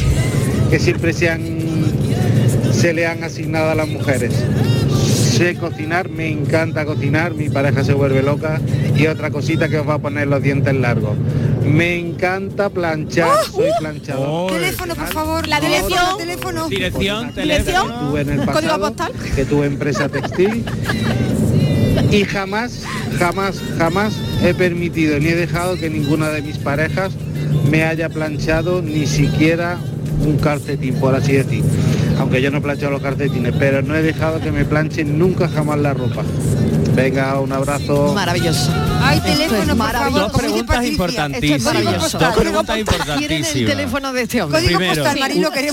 [SPEAKER 19] que siempre se, han, se le han asignado a las mujeres. Sé cocinar, me encanta cocinar, mi pareja se vuelve loca y otra cosita que os va a poner los dientes largos. Me encanta planchar, soy planchador.
[SPEAKER 8] Teléfono, por favor.
[SPEAKER 9] La
[SPEAKER 8] Teléfono,
[SPEAKER 9] dirección.
[SPEAKER 8] teléfono.
[SPEAKER 6] Dirección,
[SPEAKER 8] Dirección.
[SPEAKER 19] que tuve en el
[SPEAKER 8] Código
[SPEAKER 19] pasado,
[SPEAKER 8] postal.
[SPEAKER 19] que tuve empresa textil y jamás, jamás, jamás he permitido ni he dejado que ninguna de mis parejas me haya planchado ni siquiera un calcetín, por así decir. Aunque yo no plancho los calcetines, pero no he dejado que me planchen nunca jamás la ropa. Venga, un abrazo.
[SPEAKER 5] Maravilloso.
[SPEAKER 8] Hay
[SPEAKER 5] teléfono, por favor.
[SPEAKER 19] Dos preguntas
[SPEAKER 5] Esto es
[SPEAKER 19] importantísimas.
[SPEAKER 5] maravilloso.
[SPEAKER 19] Dos
[SPEAKER 6] preguntas
[SPEAKER 5] Quieren el
[SPEAKER 6] importantísimas.
[SPEAKER 5] teléfono de este hombre.
[SPEAKER 6] Primero,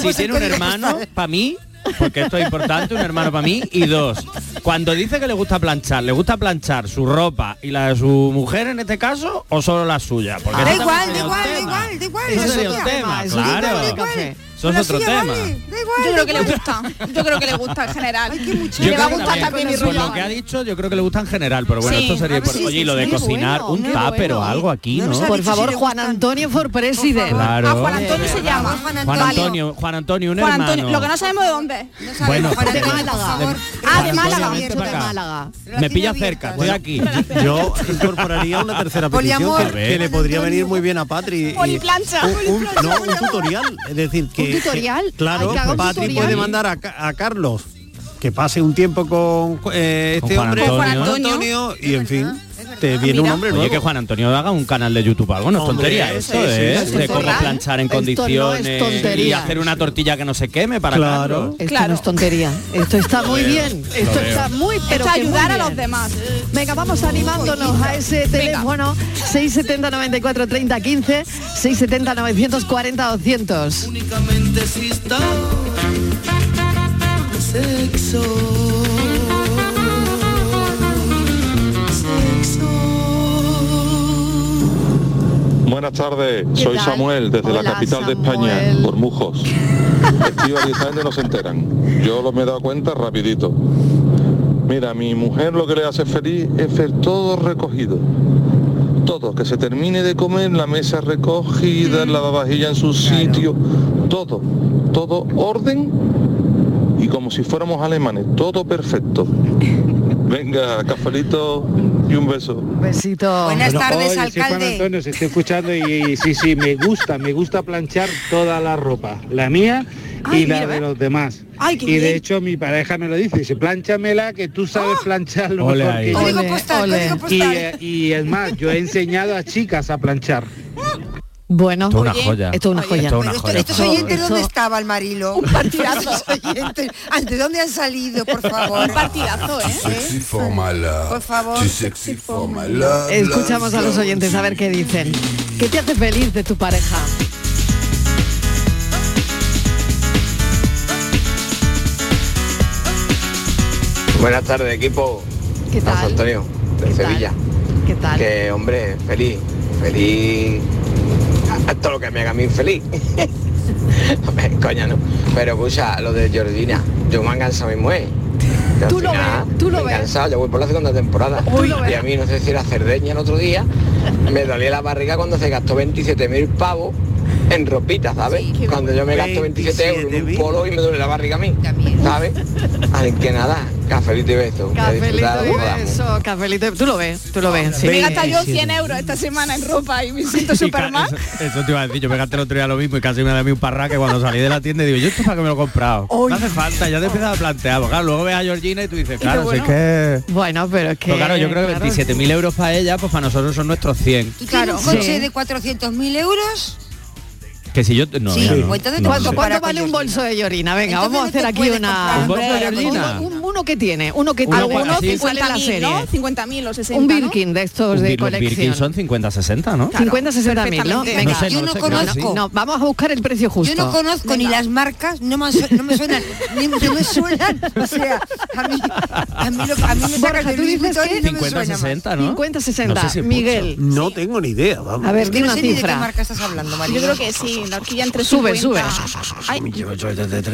[SPEAKER 6] si tiene un hermano, para mí, porque esto es importante, un hermano para mí, y dos, cuando dice que le gusta planchar, ¿le gusta planchar su ropa y la de su mujer en este caso o solo la suya?
[SPEAKER 9] Ah.
[SPEAKER 6] Porque
[SPEAKER 8] Da
[SPEAKER 6] eso
[SPEAKER 8] igual, da
[SPEAKER 6] también sería un
[SPEAKER 8] igual, da
[SPEAKER 6] tema.
[SPEAKER 8] igual, da igual.
[SPEAKER 6] Eso
[SPEAKER 8] no
[SPEAKER 6] sería
[SPEAKER 8] es
[SPEAKER 6] un
[SPEAKER 8] otro eso
[SPEAKER 6] tema,
[SPEAKER 8] es otro
[SPEAKER 6] claro.
[SPEAKER 8] tema.
[SPEAKER 6] Eso es
[SPEAKER 8] La
[SPEAKER 6] otro
[SPEAKER 8] suya
[SPEAKER 6] tema.
[SPEAKER 8] vale, da igual,
[SPEAKER 9] Yo creo que
[SPEAKER 8] da
[SPEAKER 9] le
[SPEAKER 8] igual.
[SPEAKER 9] gusta. Yo creo que le gusta en general.
[SPEAKER 6] Yo
[SPEAKER 9] le
[SPEAKER 6] creo
[SPEAKER 9] va a
[SPEAKER 6] que
[SPEAKER 9] gustar también mi
[SPEAKER 6] Por
[SPEAKER 9] rollo.
[SPEAKER 6] lo que ha dicho, yo creo que le gusta en general, pero bueno,
[SPEAKER 9] Sí.
[SPEAKER 6] esto sería...
[SPEAKER 9] Ah,
[SPEAKER 6] por-
[SPEAKER 9] sí,
[SPEAKER 6] Oye, y
[SPEAKER 9] sí,
[SPEAKER 6] lo de
[SPEAKER 9] sí,
[SPEAKER 6] cocinar
[SPEAKER 9] bueno,
[SPEAKER 6] un
[SPEAKER 9] muy
[SPEAKER 6] tap, pero
[SPEAKER 9] bueno.
[SPEAKER 6] algo aquí, ¿no?
[SPEAKER 5] Por favor, Juan Antonio for President.
[SPEAKER 6] Claro.
[SPEAKER 9] A Juan Antonio se llama.
[SPEAKER 6] Juan
[SPEAKER 9] Vale.
[SPEAKER 6] Antonio, Juan Antonio, un
[SPEAKER 9] Juan
[SPEAKER 6] hermano.
[SPEAKER 9] Antonio, lo que no sabemos de dónde es.
[SPEAKER 6] Bueno, Juan
[SPEAKER 9] de
[SPEAKER 6] Antonio,
[SPEAKER 9] Málaga.
[SPEAKER 6] por favor.
[SPEAKER 9] Ah,
[SPEAKER 6] Juan
[SPEAKER 9] de
[SPEAKER 6] Antonio,
[SPEAKER 9] Málaga.
[SPEAKER 6] vente
[SPEAKER 9] cierto,
[SPEAKER 6] para
[SPEAKER 9] de
[SPEAKER 6] acá.
[SPEAKER 9] Málaga.
[SPEAKER 6] Me pilla cerca, estoy aquí.
[SPEAKER 7] Yo incorporaría una tercera petición
[SPEAKER 6] Poliamor.
[SPEAKER 7] que, que le podría venir muy bien a Patri. eh,
[SPEAKER 5] Poliplancha,
[SPEAKER 7] un- un,
[SPEAKER 5] poliplancha,
[SPEAKER 7] no, un
[SPEAKER 5] poliamor.
[SPEAKER 7] tutorial. Es decir, que... que-
[SPEAKER 5] tutorial?
[SPEAKER 7] claro,
[SPEAKER 5] Ay, que haga un
[SPEAKER 7] Patri
[SPEAKER 5] tutorial.
[SPEAKER 7] puede mandar a, Ca- a Carlos que pase un tiempo con eh, este
[SPEAKER 6] Juan
[SPEAKER 7] hombre
[SPEAKER 6] Antonio. Con Juan
[SPEAKER 7] Antonio, y en fin, te viene un hombre
[SPEAKER 6] Ah, Oye,
[SPEAKER 7] nuevo.
[SPEAKER 6] que Juan Antonio haga un canal de YouTube o algo, no es
[SPEAKER 7] Hombre,
[SPEAKER 6] tontería
[SPEAKER 7] sí,
[SPEAKER 6] esto,
[SPEAKER 7] sí,
[SPEAKER 6] ¿eh?
[SPEAKER 7] sí, sí,
[SPEAKER 6] de
[SPEAKER 7] sí,
[SPEAKER 6] cómo
[SPEAKER 7] ¿verdad?
[SPEAKER 6] planchar en
[SPEAKER 7] Esto no es
[SPEAKER 6] condiciones y
[SPEAKER 7] tontería.
[SPEAKER 6] hacer una tortilla que no se queme para
[SPEAKER 7] Claro.
[SPEAKER 5] Esto no es tontería. Esto está muy
[SPEAKER 6] Lo veo,
[SPEAKER 5] bien.
[SPEAKER 6] lo
[SPEAKER 5] Esto
[SPEAKER 6] veo.
[SPEAKER 5] está muy pero
[SPEAKER 9] Esto
[SPEAKER 5] que muy
[SPEAKER 9] ayudar a
[SPEAKER 5] bien.
[SPEAKER 9] los demás.
[SPEAKER 5] Venga, vamos animándonos a ese teléfono 670 94 30 15 670 940 200.
[SPEAKER 18] Únicamente exista sexo.
[SPEAKER 20] Buenas tardes, soy
[SPEAKER 18] tal?
[SPEAKER 20] Samuel desde la capital de España, Bormujos. Estíbal y Isabel no se enteran. Yo lo me he dado cuenta rapidito. Mira, a mi mujer lo que le hace feliz es ver todo recogido. Todo, que se termine de comer, la mesa recogida, la lavavajilla en su sitio, todo, todo orden y como si fuéramos alemanes, todo perfecto. Venga, cafelito y un beso.
[SPEAKER 5] Besito.
[SPEAKER 8] Buenas tardes,
[SPEAKER 19] Oye, soy Juan
[SPEAKER 8] alcalde.
[SPEAKER 19] Antonio, se estoy escuchando y sí, sí, me gusta, me gusta planchar toda la ropa, la mía y
[SPEAKER 8] Ay,
[SPEAKER 19] la
[SPEAKER 8] mira,
[SPEAKER 19] de los demás.
[SPEAKER 8] Ay, qué
[SPEAKER 19] y de
[SPEAKER 8] bien. ¡Ah!
[SPEAKER 19] hecho mi pareja me lo dice, dice, planchamela que tú sabes plancharlo
[SPEAKER 6] Ole
[SPEAKER 19] mejor
[SPEAKER 6] ahí.
[SPEAKER 19] que yo".
[SPEAKER 8] Código Ole, postal, ole. código
[SPEAKER 19] Y,
[SPEAKER 8] postal.
[SPEAKER 19] eh, y es más, yo he enseñado a chicas a planchar.
[SPEAKER 5] Bueno,
[SPEAKER 19] Esto es una Oye, joya.
[SPEAKER 5] Esto es una
[SPEAKER 19] oye,
[SPEAKER 5] joya.
[SPEAKER 19] esto es una Pero esto- joya.
[SPEAKER 8] ¿Estos oyentes
[SPEAKER 5] Esto-
[SPEAKER 8] dónde estaba el marilo? Un partidazo. oyentes. ¿Ante dónde han salido, por favor? Un partidazo, ¿eh?
[SPEAKER 21] Sexy for my love.
[SPEAKER 8] Por favor.
[SPEAKER 21] Too sexy for my love.
[SPEAKER 5] Escuchamos a los oyentes a ver qué dicen. ¿Qué te hace feliz de tu pareja?
[SPEAKER 22] Buenas tardes, equipo.
[SPEAKER 5] ¿Qué tal?
[SPEAKER 22] José Antonio, de Sevilla.
[SPEAKER 5] ¿Qué tal?
[SPEAKER 22] Que, hombre, feliz. Feliz. a- a todo lo que me haga a mí feliz. Coña, no. Pero escucha, lo de Jordina, yo me han cansado mi mujer.
[SPEAKER 5] Tú lo ves, tú lo
[SPEAKER 22] me he
[SPEAKER 5] ves.
[SPEAKER 22] cansado, yo voy por la segunda temporada.
[SPEAKER 5] Tú lo
[SPEAKER 22] y a mí, no sé si era Cerdeña el otro día, me dolía la barriga cuando se gastó 27.000 pavos en ropita, ¿sabes? cuando yo me gasto 27 euros en un polo y me duele la barriga a mí, ¿sabes? Al que nada, cafelito y beso. que
[SPEAKER 5] Cafelito
[SPEAKER 22] disfrutar de
[SPEAKER 5] y
[SPEAKER 22] lo que hagamos.
[SPEAKER 5] beso, cafelito y- Tú lo ves, tú lo ves. sí.
[SPEAKER 9] Me he gastado yo 100 euros esta semana en ropa y me siento
[SPEAKER 6] Y ca-
[SPEAKER 9] súper mal.
[SPEAKER 6] Eso, eso te iba a decir, yo me gasté el otro día lo mismo y casi me da a mí un parraque cuando salí de la tienda y digo, yo esto para que me lo he comprado. No hace falta, ya te empiezas a plantear. porque Claro, luego ves a Georgina y tú dices, claro, si es que...
[SPEAKER 5] Bueno, pero es que...
[SPEAKER 6] Pero claro, yo creo que 27.000 euros para ella, pues para nosotros son nuestros 100.
[SPEAKER 8] ¿Tú tienes un coche de 400.000 euros?
[SPEAKER 6] Que si yo... No,
[SPEAKER 8] Sí,
[SPEAKER 6] ya no,
[SPEAKER 8] pues entonces
[SPEAKER 6] no
[SPEAKER 8] te
[SPEAKER 6] sé.
[SPEAKER 5] ¿Cuánto, cuánto vale un bolso de llorina? Venga,
[SPEAKER 8] Entonces
[SPEAKER 5] vamos a
[SPEAKER 8] no te
[SPEAKER 5] hacer aquí
[SPEAKER 8] puedes
[SPEAKER 5] una...
[SPEAKER 8] comprar
[SPEAKER 6] un bolso de llorina.
[SPEAKER 5] Un- un- Uno que tiene, uno que
[SPEAKER 6] Uno
[SPEAKER 5] tiene.
[SPEAKER 6] que-
[SPEAKER 5] Algunos
[SPEAKER 6] sí.
[SPEAKER 5] que sale en la
[SPEAKER 9] 50.000,
[SPEAKER 5] serie.
[SPEAKER 9] ¿no? 50.000 o 60.
[SPEAKER 5] Un Birkin de estos de
[SPEAKER 6] Los Birkin
[SPEAKER 5] colección.
[SPEAKER 6] son 50-60, ¿no?
[SPEAKER 5] 50, 60 mil, ¿no?
[SPEAKER 8] perfectamente.
[SPEAKER 5] Venga,
[SPEAKER 6] No sé, no sé, creo que sí.
[SPEAKER 5] no, vamos a buscar el precio justo.
[SPEAKER 8] Yo no conozco ni las marcas, no me, su- no me suenan, ni no me suenan. O sea, a mí, a mí, lo- a mí me
[SPEAKER 5] Borja,
[SPEAKER 8] sacas del
[SPEAKER 5] tú
[SPEAKER 8] Louis
[SPEAKER 5] dices
[SPEAKER 8] Vuitton
[SPEAKER 5] que-
[SPEAKER 8] y no me suena más.
[SPEAKER 5] 50-60, ¿no? 50-60. Miguel.
[SPEAKER 7] No tengo ni idea, vamos.
[SPEAKER 5] A ver, di una
[SPEAKER 8] sé ni de qué
[SPEAKER 5] cifra.
[SPEAKER 8] marca estás hablando,
[SPEAKER 9] Yo
[SPEAKER 8] María.
[SPEAKER 9] creo que sí, la horquilla entre
[SPEAKER 5] Sube,
[SPEAKER 9] 50.
[SPEAKER 5] sube.
[SPEAKER 9] Ay,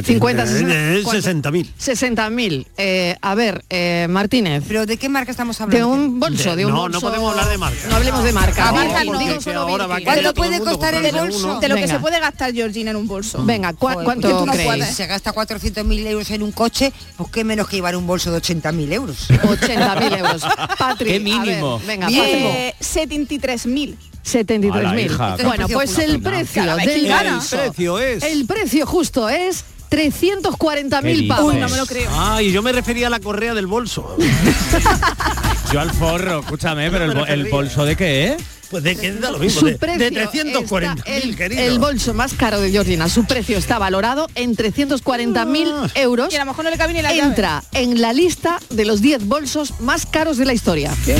[SPEAKER 5] 50, 60,
[SPEAKER 7] 60 mil.
[SPEAKER 5] 60.000. Eh, a ver, eh, Martínez.
[SPEAKER 8] ¿Pero de qué marca estamos
[SPEAKER 5] De
[SPEAKER 8] hablando?
[SPEAKER 5] un bolso, de, un
[SPEAKER 7] no,
[SPEAKER 5] bolso.
[SPEAKER 7] no podemos hablar de marca.
[SPEAKER 5] No hablemos de marca.
[SPEAKER 7] No,
[SPEAKER 5] Venga,
[SPEAKER 7] porque
[SPEAKER 5] digo
[SPEAKER 7] que
[SPEAKER 5] solo
[SPEAKER 7] ahora va a
[SPEAKER 5] Birkin.
[SPEAKER 7] querer todo el mundo comprarse uno.
[SPEAKER 9] De lo que
[SPEAKER 5] Venga.
[SPEAKER 9] se puede gastar Georgina en un bolso.
[SPEAKER 5] Venga, ¿cuá-
[SPEAKER 8] Joder,
[SPEAKER 5] ¿cuánto
[SPEAKER 8] porque tú no
[SPEAKER 5] creéis?
[SPEAKER 8] puedes. Si se gasta 400.000 euros en un coche, pues qué menos que llevar un bolso de 80.000 euros.
[SPEAKER 5] 80.000 euros. Patri,
[SPEAKER 8] Qué mínimo.
[SPEAKER 5] a ver, venga,
[SPEAKER 8] Bien.
[SPEAKER 5] Patri.
[SPEAKER 9] Eh, 73.000.
[SPEAKER 6] Ala,
[SPEAKER 5] 73.000.
[SPEAKER 9] Este
[SPEAKER 6] hija,
[SPEAKER 5] bueno,
[SPEAKER 6] qué
[SPEAKER 5] pues
[SPEAKER 6] precio
[SPEAKER 5] el
[SPEAKER 6] justo.
[SPEAKER 5] precio
[SPEAKER 6] Cada vez
[SPEAKER 5] del
[SPEAKER 6] que gana.
[SPEAKER 5] bolso-
[SPEAKER 6] El precio es-
[SPEAKER 5] El precio justo es 340.000
[SPEAKER 6] ¿Qué
[SPEAKER 5] pavos.
[SPEAKER 6] dices? Uy, no me lo creo.
[SPEAKER 7] Ah, y yo me refería a la correa del bolso.
[SPEAKER 6] Yo al forro, escúchame, pero el, bo- el bolso de qué ¿eh? es?
[SPEAKER 7] Pues de qué da lo
[SPEAKER 5] Su precio está- el, el bolso más caro de Georgina, su precio está valorado en 340.000 euros. Y a lo mejor no le cabe ni la Entra en la lista de los 10 bolsos más caros de la historia.
[SPEAKER 9] ¿Pero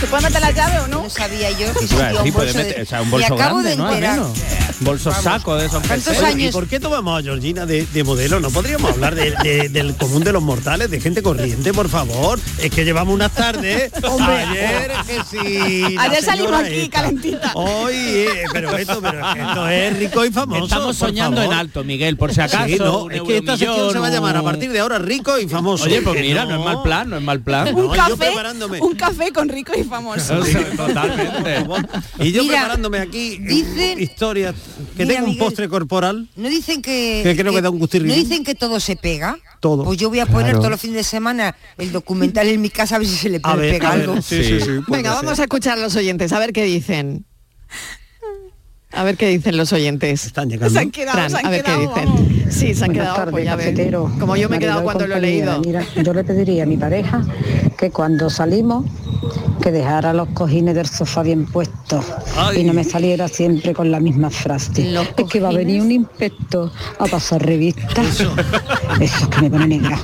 [SPEAKER 9] se puede meter la llave o no?
[SPEAKER 8] No sabía yo que
[SPEAKER 6] Pues Iba a
[SPEAKER 8] existía
[SPEAKER 6] decir,
[SPEAKER 8] un
[SPEAKER 6] puede
[SPEAKER 8] bolso
[SPEAKER 6] meter-
[SPEAKER 8] de...
[SPEAKER 6] o sea, un bolso
[SPEAKER 8] Me acabo
[SPEAKER 6] grande,
[SPEAKER 8] de
[SPEAKER 6] ¿no? Al
[SPEAKER 8] enterar.
[SPEAKER 6] menos. Bolso saco de esos peseros.
[SPEAKER 7] ¿Y por qué tomamos a Georgina de, de modelo? ¿No podríamos hablar de- de- del común de los mortales, de gente corriente, por favor? Es que llevamos unas tardes.
[SPEAKER 9] Hombre.
[SPEAKER 7] ayer
[SPEAKER 5] oh,
[SPEAKER 7] que sí. la
[SPEAKER 9] Ayer salimos
[SPEAKER 7] señora
[SPEAKER 9] aquí
[SPEAKER 7] esta.
[SPEAKER 9] calentita.
[SPEAKER 7] Hoy, eh, pero esto, pero esto es rico y famoso.
[SPEAKER 6] Estamos
[SPEAKER 7] por
[SPEAKER 6] soñando
[SPEAKER 7] favor.
[SPEAKER 6] en alto, Miguel, por si acaso.
[SPEAKER 7] Sí, no,
[SPEAKER 6] un
[SPEAKER 7] es que esta sección
[SPEAKER 6] euromillón,
[SPEAKER 7] se va a llamar a
[SPEAKER 6] un-
[SPEAKER 7] partir de ahora rico y famoso.
[SPEAKER 6] Oye, pues
[SPEAKER 7] Que
[SPEAKER 6] mira, no.
[SPEAKER 7] no.
[SPEAKER 6] es mal plan, no es mal plan.
[SPEAKER 9] Un
[SPEAKER 7] Ah, No, yo
[SPEAKER 9] café,
[SPEAKER 7] preparándome.
[SPEAKER 9] un café con rico y famoso. ¿Eh?
[SPEAKER 6] Totalmente.
[SPEAKER 7] Y yo
[SPEAKER 8] Mira,
[SPEAKER 7] preparándome aquí eh,
[SPEAKER 8] dicen-
[SPEAKER 7] historias que
[SPEAKER 8] Mira,
[SPEAKER 7] tengo un
[SPEAKER 8] Miguel.
[SPEAKER 7] postre corporal.
[SPEAKER 8] No dicen que...
[SPEAKER 7] Que creo que da un gustirrín.
[SPEAKER 8] No dicen que todo se pega.
[SPEAKER 7] Todo.
[SPEAKER 8] Pues yo voy a poner
[SPEAKER 7] Claro.
[SPEAKER 8] todos los fines de semana el documental en mi casa a ver si se le
[SPEAKER 7] A ver,
[SPEAKER 8] pega
[SPEAKER 7] a ver,
[SPEAKER 8] algo.
[SPEAKER 7] sí, sí, sí, puede
[SPEAKER 5] Venga,
[SPEAKER 7] ser.
[SPEAKER 5] vamos a escuchar a los oyentes, a ver qué dicen. A ver qué dicen los oyentes. Están
[SPEAKER 7] llegando.
[SPEAKER 9] Se han quedado, se han
[SPEAKER 5] a ver qué
[SPEAKER 9] quedado,
[SPEAKER 5] dicen. Sí, se han
[SPEAKER 2] Buenas
[SPEAKER 5] quedado.
[SPEAKER 2] tardes,
[SPEAKER 5] pues ya ves.
[SPEAKER 2] cafetero.
[SPEAKER 5] Como yo me
[SPEAKER 2] Marilo
[SPEAKER 5] he quedado
[SPEAKER 2] y
[SPEAKER 5] cuando lo he
[SPEAKER 2] compañía.
[SPEAKER 5] leído.
[SPEAKER 2] Mira, yo le pediría a mi pareja que cuando salimos que dejara los cojines del sofá bien puestos y no me saliera siempre con la misma frase. Es que va a venir un inspector a pasar revistas. Eso, que me pone negra.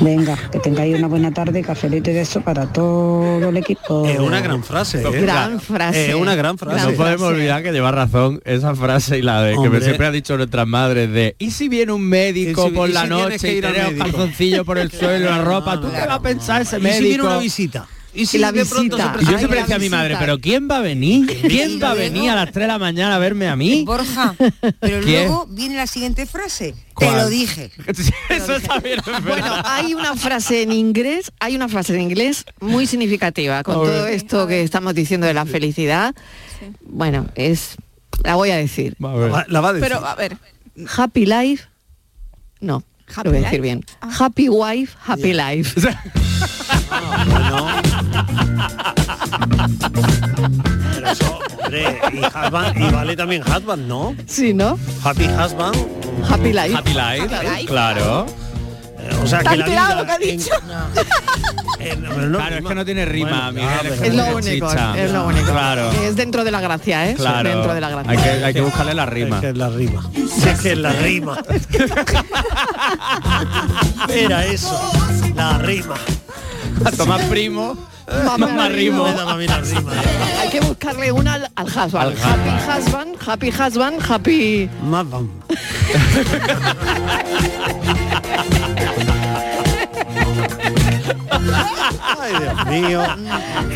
[SPEAKER 2] Venga, que tengáis una buena tarde, cafelito y beso para todo el equipo.
[SPEAKER 7] Es una gran frase. ¿eh?
[SPEAKER 5] Gran frase.
[SPEAKER 7] Es una gran frase.
[SPEAKER 6] No podemos olvidar que lleva razón esa frase y la de que
[SPEAKER 7] Hombre.
[SPEAKER 6] me siempre ha dicho nuestras madres de ¿y si viene un médico
[SPEAKER 7] ¿Y si-
[SPEAKER 6] por
[SPEAKER 7] y
[SPEAKER 6] la
[SPEAKER 7] si tienes que
[SPEAKER 6] noche y
[SPEAKER 7] ir al
[SPEAKER 6] tiene un
[SPEAKER 7] médico?
[SPEAKER 6] calzoncillo por el suelo, la ropa? ¿Tú qué vas a pensar ese
[SPEAKER 7] Y
[SPEAKER 6] médico?
[SPEAKER 7] si viene una visita. Y si
[SPEAKER 5] la
[SPEAKER 7] de pronto
[SPEAKER 5] visita.
[SPEAKER 7] se
[SPEAKER 6] Y
[SPEAKER 7] presenta-
[SPEAKER 6] yo siempre decía a mi madre, pero ¿quién va a venir? ¿Quién va a venir a las 3 de la mañana a verme a
[SPEAKER 7] Eh,
[SPEAKER 6] mí?
[SPEAKER 8] Borja, pero
[SPEAKER 6] ¿Quién?
[SPEAKER 8] luego viene la siguiente frase.
[SPEAKER 6] ¿Cuál?
[SPEAKER 8] Te lo dije.
[SPEAKER 6] Eso también es
[SPEAKER 5] Bueno, hay una frase en inglés, hay una frase en inglés muy significativa con todo esto que estamos diciendo de la felicidad. Bueno, es la voy a decir.
[SPEAKER 7] La- La va a decir.
[SPEAKER 9] Pero a ver,
[SPEAKER 5] Happy life. No, lo voy a
[SPEAKER 9] life?
[SPEAKER 5] decir bien. Happy wife, happy life.
[SPEAKER 7] Pero eso, hombre, y, husband- y vale también husband, ¿no?
[SPEAKER 5] sí, ¿no?
[SPEAKER 7] Happy husband.
[SPEAKER 5] Happy life.
[SPEAKER 6] Happy life,
[SPEAKER 5] Happy life.
[SPEAKER 6] claro.
[SPEAKER 7] Eh, O sea,
[SPEAKER 9] ¿Te
[SPEAKER 7] que
[SPEAKER 9] has
[SPEAKER 7] la
[SPEAKER 9] enterado lo que
[SPEAKER 7] vida...
[SPEAKER 9] ha dicho?
[SPEAKER 6] Claro, es que no tiene rima,
[SPEAKER 7] Bueno,
[SPEAKER 6] Miguel.
[SPEAKER 5] Es lo
[SPEAKER 6] que
[SPEAKER 5] único,
[SPEAKER 6] chicha.
[SPEAKER 5] es lo único.
[SPEAKER 6] Claro,
[SPEAKER 5] Es dentro de la gracia, ¿eh?
[SPEAKER 6] claro.
[SPEAKER 5] Dentro de la gracia.
[SPEAKER 6] Hay que, hay que buscarle la rima.
[SPEAKER 7] Es que es la rima. Es que es la rima. Era eso, la rima.
[SPEAKER 6] Tomás primo,
[SPEAKER 5] Mamá
[SPEAKER 6] mamá
[SPEAKER 5] Rimo.
[SPEAKER 6] rimo.
[SPEAKER 7] Me daba a mí la rima.
[SPEAKER 5] Hay que buscarle una al, al husband. happy husband, happy husband, happy.
[SPEAKER 7] Más vamos. Ay, Dios mío.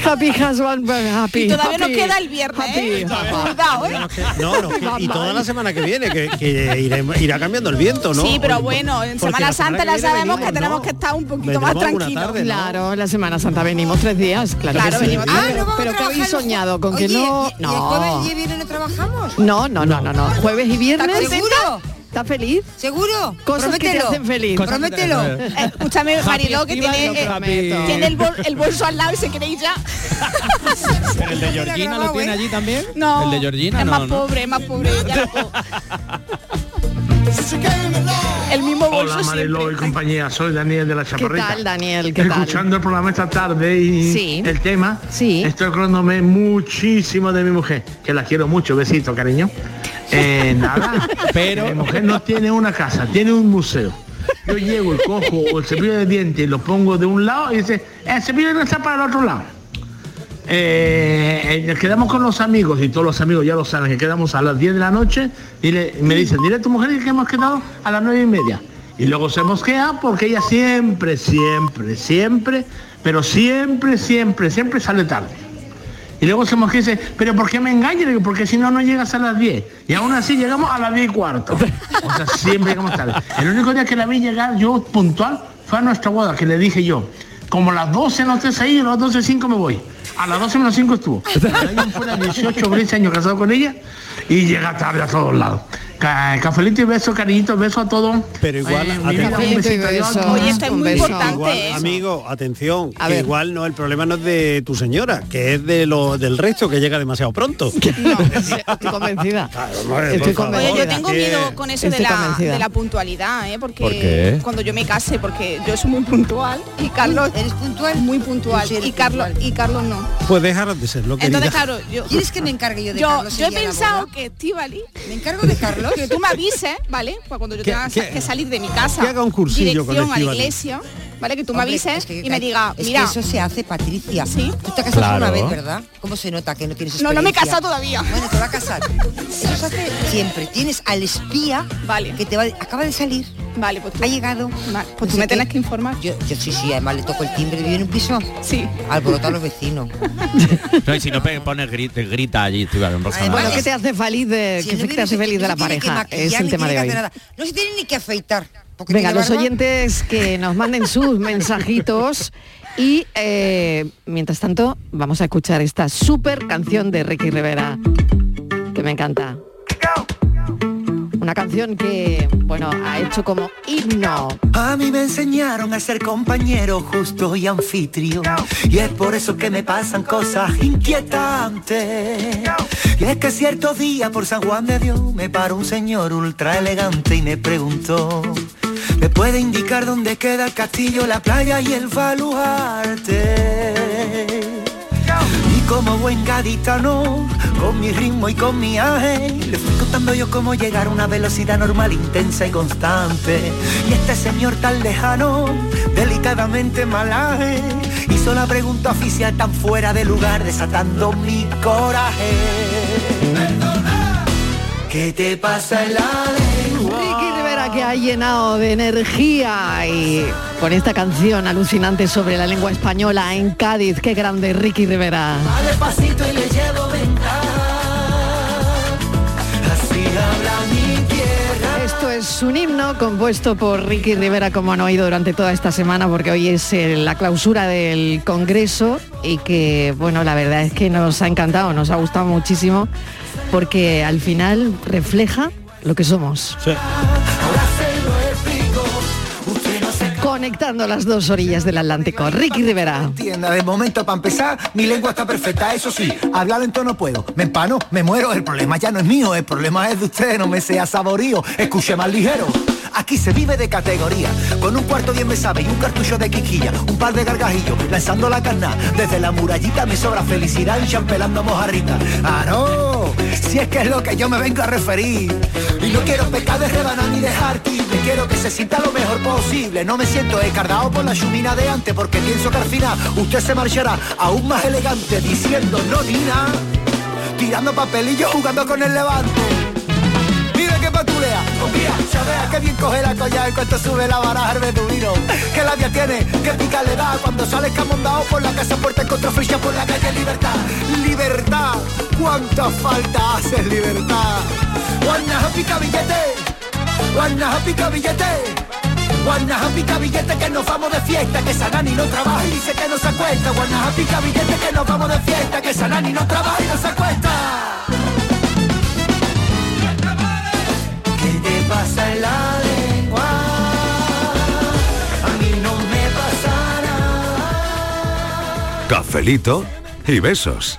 [SPEAKER 5] Happy husband, but happy.
[SPEAKER 9] Y todavía
[SPEAKER 5] happy,
[SPEAKER 9] nos queda el viernes, ¿eh? Cuidado, ¿eh?
[SPEAKER 7] No, no, que- y toda la semana que viene, que, que iremos- irá cambiando el viento, ¿no?
[SPEAKER 9] Sí, pero bueno, en
[SPEAKER 7] Porque
[SPEAKER 9] Semana Santa
[SPEAKER 7] la semana
[SPEAKER 9] la
[SPEAKER 7] que viene
[SPEAKER 9] sabemos que
[SPEAKER 7] venimos,
[SPEAKER 9] tenemos que estar un poquito más tranquilos.
[SPEAKER 5] Claro, la Semana Santa venimos tres días, claro,
[SPEAKER 9] Claro,
[SPEAKER 5] que sí.
[SPEAKER 9] venimos- Ah,
[SPEAKER 5] pero,
[SPEAKER 9] ¿no vamos a
[SPEAKER 5] pero que habéis
[SPEAKER 9] trabajar los-
[SPEAKER 5] soñado con
[SPEAKER 8] Oye,
[SPEAKER 5] que no,
[SPEAKER 8] ¿y- y el
[SPEAKER 5] no.
[SPEAKER 8] jueves y viernes no trabajamos?
[SPEAKER 5] No, no, no, no, no. Jueves y viernes.
[SPEAKER 8] ¿Estás seguro?
[SPEAKER 5] ¿Estás feliz?
[SPEAKER 8] ¿Seguro?
[SPEAKER 5] Cosas que te
[SPEAKER 8] Promételo.
[SPEAKER 5] hacen feliz. Cosas que te
[SPEAKER 8] Promételo.
[SPEAKER 5] hacen feliz.
[SPEAKER 9] Eh, Escúchame,
[SPEAKER 5] Happy
[SPEAKER 9] Mariló, que
[SPEAKER 5] Estiva,
[SPEAKER 9] tiene,
[SPEAKER 5] lo
[SPEAKER 9] eh,
[SPEAKER 5] prometo.
[SPEAKER 9] tiene el, bol- el bolso al lado y se quiere ir ya.
[SPEAKER 6] Pero el de Georgina lo tiene allí también.
[SPEAKER 9] No,
[SPEAKER 6] El de Georgina
[SPEAKER 9] es
[SPEAKER 6] no.
[SPEAKER 9] más
[SPEAKER 6] ¿no?
[SPEAKER 9] pobre, es más pobre. ya no puedo. el mismo bolso
[SPEAKER 4] Hola
[SPEAKER 9] siempre.
[SPEAKER 4] Mariló y compañía, soy Daniel de la Chaparrita.
[SPEAKER 5] tal, Daniel? ¿Qué tal?
[SPEAKER 4] Escuchando el programa esta tarde y
[SPEAKER 5] Sí.
[SPEAKER 4] el tema,
[SPEAKER 5] sí.
[SPEAKER 4] estoy acordándome muchísimo de mi mujer, que la quiero mucho, besito, cariño. Eh, nada, pero mi mujer no tiene una casa, tiene un museo. Yo llego y cojo el cepillo de dientes y lo pongo de un lado y dice, el cepillo de dientes está para el otro lado. Eh, eh, nos quedamos con los amigos y todos los amigos ya lo saben que quedamos a las 10 de la noche y le- me dicen, dile a tu mujer que hemos quedado a las 9 y media. Y luego se mosquea porque ella siempre, siempre, siempre, pero siempre, siempre, siempre sale tarde. Y luego se mosquea y dice, pero ¿por qué me engañas? Digo, Porque si no, no llegas a las 10. Y aún así llegamos a las 10 y cuarto. O sea, siempre llegamos tarde. El único día que la vi llegar yo puntual fue a nuestra boda, que le dije yo, como a las 12 no estés ahí, a las 12 5 me voy. A las 12 menos 5 estuvo. Ahí fue a 18 o 15 años casado con ella y llega tarde a todos lados. Ca- Cafelito y beso, cariñito, beso a todos.
[SPEAKER 7] Pero igual,
[SPEAKER 4] mi vida, un
[SPEAKER 7] atención.
[SPEAKER 4] besito, adiós.
[SPEAKER 9] Oye, esto es
[SPEAKER 5] Un
[SPEAKER 9] muy
[SPEAKER 5] beso.
[SPEAKER 9] importante.
[SPEAKER 7] Igual,
[SPEAKER 9] eso.
[SPEAKER 7] amigo, atención,
[SPEAKER 5] A
[SPEAKER 7] que
[SPEAKER 5] ver.
[SPEAKER 7] igual no, el problema no es de tu señora, que es de lo del resto que llega demasiado pronto.
[SPEAKER 5] Estoy convencida.
[SPEAKER 7] madre,
[SPEAKER 5] Estoy
[SPEAKER 7] por favor.
[SPEAKER 5] convencida.
[SPEAKER 9] Oye, yo tengo
[SPEAKER 7] que-
[SPEAKER 9] miedo con eso de
[SPEAKER 5] Estoy
[SPEAKER 9] la,
[SPEAKER 5] convencida.
[SPEAKER 9] de la puntualidad, ¿eh? porque
[SPEAKER 5] ¿Por qué?
[SPEAKER 9] cuando yo me case, porque yo soy muy puntual y Carlos
[SPEAKER 8] eres puntual,
[SPEAKER 9] muy puntual
[SPEAKER 8] Sí, eres
[SPEAKER 9] y Carlos
[SPEAKER 8] puntual.
[SPEAKER 9] y Carlos no.
[SPEAKER 7] Pues dejar de serlo, querida.
[SPEAKER 9] Entonces, claro, yo...
[SPEAKER 8] ¿Quieres que me encargue yo de
[SPEAKER 9] yo,
[SPEAKER 8] Carlos
[SPEAKER 9] Yo he
[SPEAKER 8] ella la
[SPEAKER 9] pensado
[SPEAKER 8] boda?
[SPEAKER 9] que Estivali...
[SPEAKER 8] Me encargo de Carlos.
[SPEAKER 9] Que tú me avises, ¿vale? Para cuando yo
[SPEAKER 7] Que-
[SPEAKER 9] tenga
[SPEAKER 7] que-
[SPEAKER 9] que salir de mi casa.
[SPEAKER 7] que haga un cursillo con
[SPEAKER 9] Dirección a la
[SPEAKER 7] Estíbaliz.
[SPEAKER 9] iglesia, ¿vale? Que tú
[SPEAKER 8] este Hombre,
[SPEAKER 9] me avises
[SPEAKER 8] es que-
[SPEAKER 9] y me diga,
[SPEAKER 8] es que
[SPEAKER 9] mira...
[SPEAKER 8] eso se hace, Patricia. Tú te casas
[SPEAKER 9] Claro.
[SPEAKER 8] una vez, ¿verdad? ¿Cómo se nota que no tienes
[SPEAKER 9] No,
[SPEAKER 8] experiencia?
[SPEAKER 9] no me he casado todavía.
[SPEAKER 8] Bueno, te va a casar. Eso se hace siempre. Tienes al espía que te va, acaba de salir.
[SPEAKER 9] Vale, pues
[SPEAKER 8] Ha llegado.
[SPEAKER 9] pues tú me tienes que informar.
[SPEAKER 8] Yo, yo sí, sí, además le toco el timbre, vive en un piso.
[SPEAKER 9] Sí.
[SPEAKER 8] Alborota a los vecinos.
[SPEAKER 6] No, y si no pe- pone grita, grita allí, tú, claro, no pasa
[SPEAKER 5] Bueno,
[SPEAKER 6] nada.
[SPEAKER 5] ¿qué te hace feliz de,
[SPEAKER 8] Ah. Si
[SPEAKER 5] qué
[SPEAKER 8] no
[SPEAKER 5] te hace
[SPEAKER 8] viene-
[SPEAKER 5] feliz de
[SPEAKER 8] no
[SPEAKER 5] la
[SPEAKER 8] se tiene que
[SPEAKER 5] pareja?
[SPEAKER 8] maquillar,
[SPEAKER 5] Es el
[SPEAKER 8] ni
[SPEAKER 5] tema
[SPEAKER 8] tiene
[SPEAKER 5] de
[SPEAKER 8] que hacer
[SPEAKER 5] hoy.
[SPEAKER 8] nada. No se tiene ni que afeitar. porque
[SPEAKER 5] Venga,
[SPEAKER 8] tiene
[SPEAKER 5] los
[SPEAKER 8] barba.
[SPEAKER 5] oyentes que nos manden sus mensajitos y eh, mientras tanto vamos a escuchar esta súper canción de Ricky Rivera que me encanta. Una canción que, bueno, ha hecho como himno.
[SPEAKER 23] A mí me enseñaron a ser compañero justo y anfitrión. Y es por eso que me pasan cosas inquietantes. Y es que cierto día por San Juan de Dios me paró un señor ultra elegante y me preguntó. ¿Me puede indicar dónde queda el castillo, la playa y el baluarte? Y como buen gaditano, con mi ritmo y con mi aje, le fui contando yo cómo llegar a una velocidad normal, intensa y constante. Y este señor tan lejano, delicadamente malaje, hizo la pregunta oficial tan fuera de lugar, desatando mi coraje. ¿Qué te pasa en la lengua?
[SPEAKER 5] Ricky Rivera que ha llenado de energía y con esta canción alucinante sobre la lengua española en Cádiz. Qué grande Ricky Rivera.
[SPEAKER 23] Va despacito y le llevo ventaja. Así habla mi tierra.
[SPEAKER 5] Esto es un himno compuesto por Ricky Rivera, como han oído durante toda esta semana, porque hoy es eh, la clausura del Congreso y que, bueno, la verdad es que nos ha encantado, nos ha gustado muchísimo, porque al final refleja lo que somos. Conectando las dos orillas del Atlántico. Ricky Rivera.
[SPEAKER 23] Tienda, de momento para empezar, mi lengua está perfecta, eso sí, hablar en tono puedo, me empano, me muero, el problema ya no es mío, el problema es de ustedes, no me sea saborío, escuche más ligero. Aquí se vive de categoría, con un cuarto bien me sabe y un cartucho de quiquilla, un par de gargajillos, lanzando la carná, desde la murallita me sobra felicidad, champelando mojarrita. Ah, no, si es que es lo que yo me vengo a referir. Y no quiero pecar de rebanar ni dejar tible, quiero que se sienta lo mejor posible, no me siento escardado por la chumina de antes, porque pienso que al final usted se marchará aún más elegante, diciendo no ni nada, tirando papelillos, jugando con el levante. Mira que patulea. Confía, chavea, que bien coge la collar en cuanto sube la baraja el beduino. Que labia tiene, que pica le da cuando sale camondao por la casa puerta contra frischa por la calle Libertad. Libertad, cuánta falta haces libertad. Guanaja pica billete, guanaja pica billete. Guanaja pica billete que nos vamos de fiesta, que Sanani no trabaja y dice que no se acuesta. Guanaja pica billete que nos vamos de fiesta, que Sanani no trabaja y no se acuesta.
[SPEAKER 21] ¿Qué te pasa en la lengua? A mí no me pasa
[SPEAKER 3] Cafelito y besos.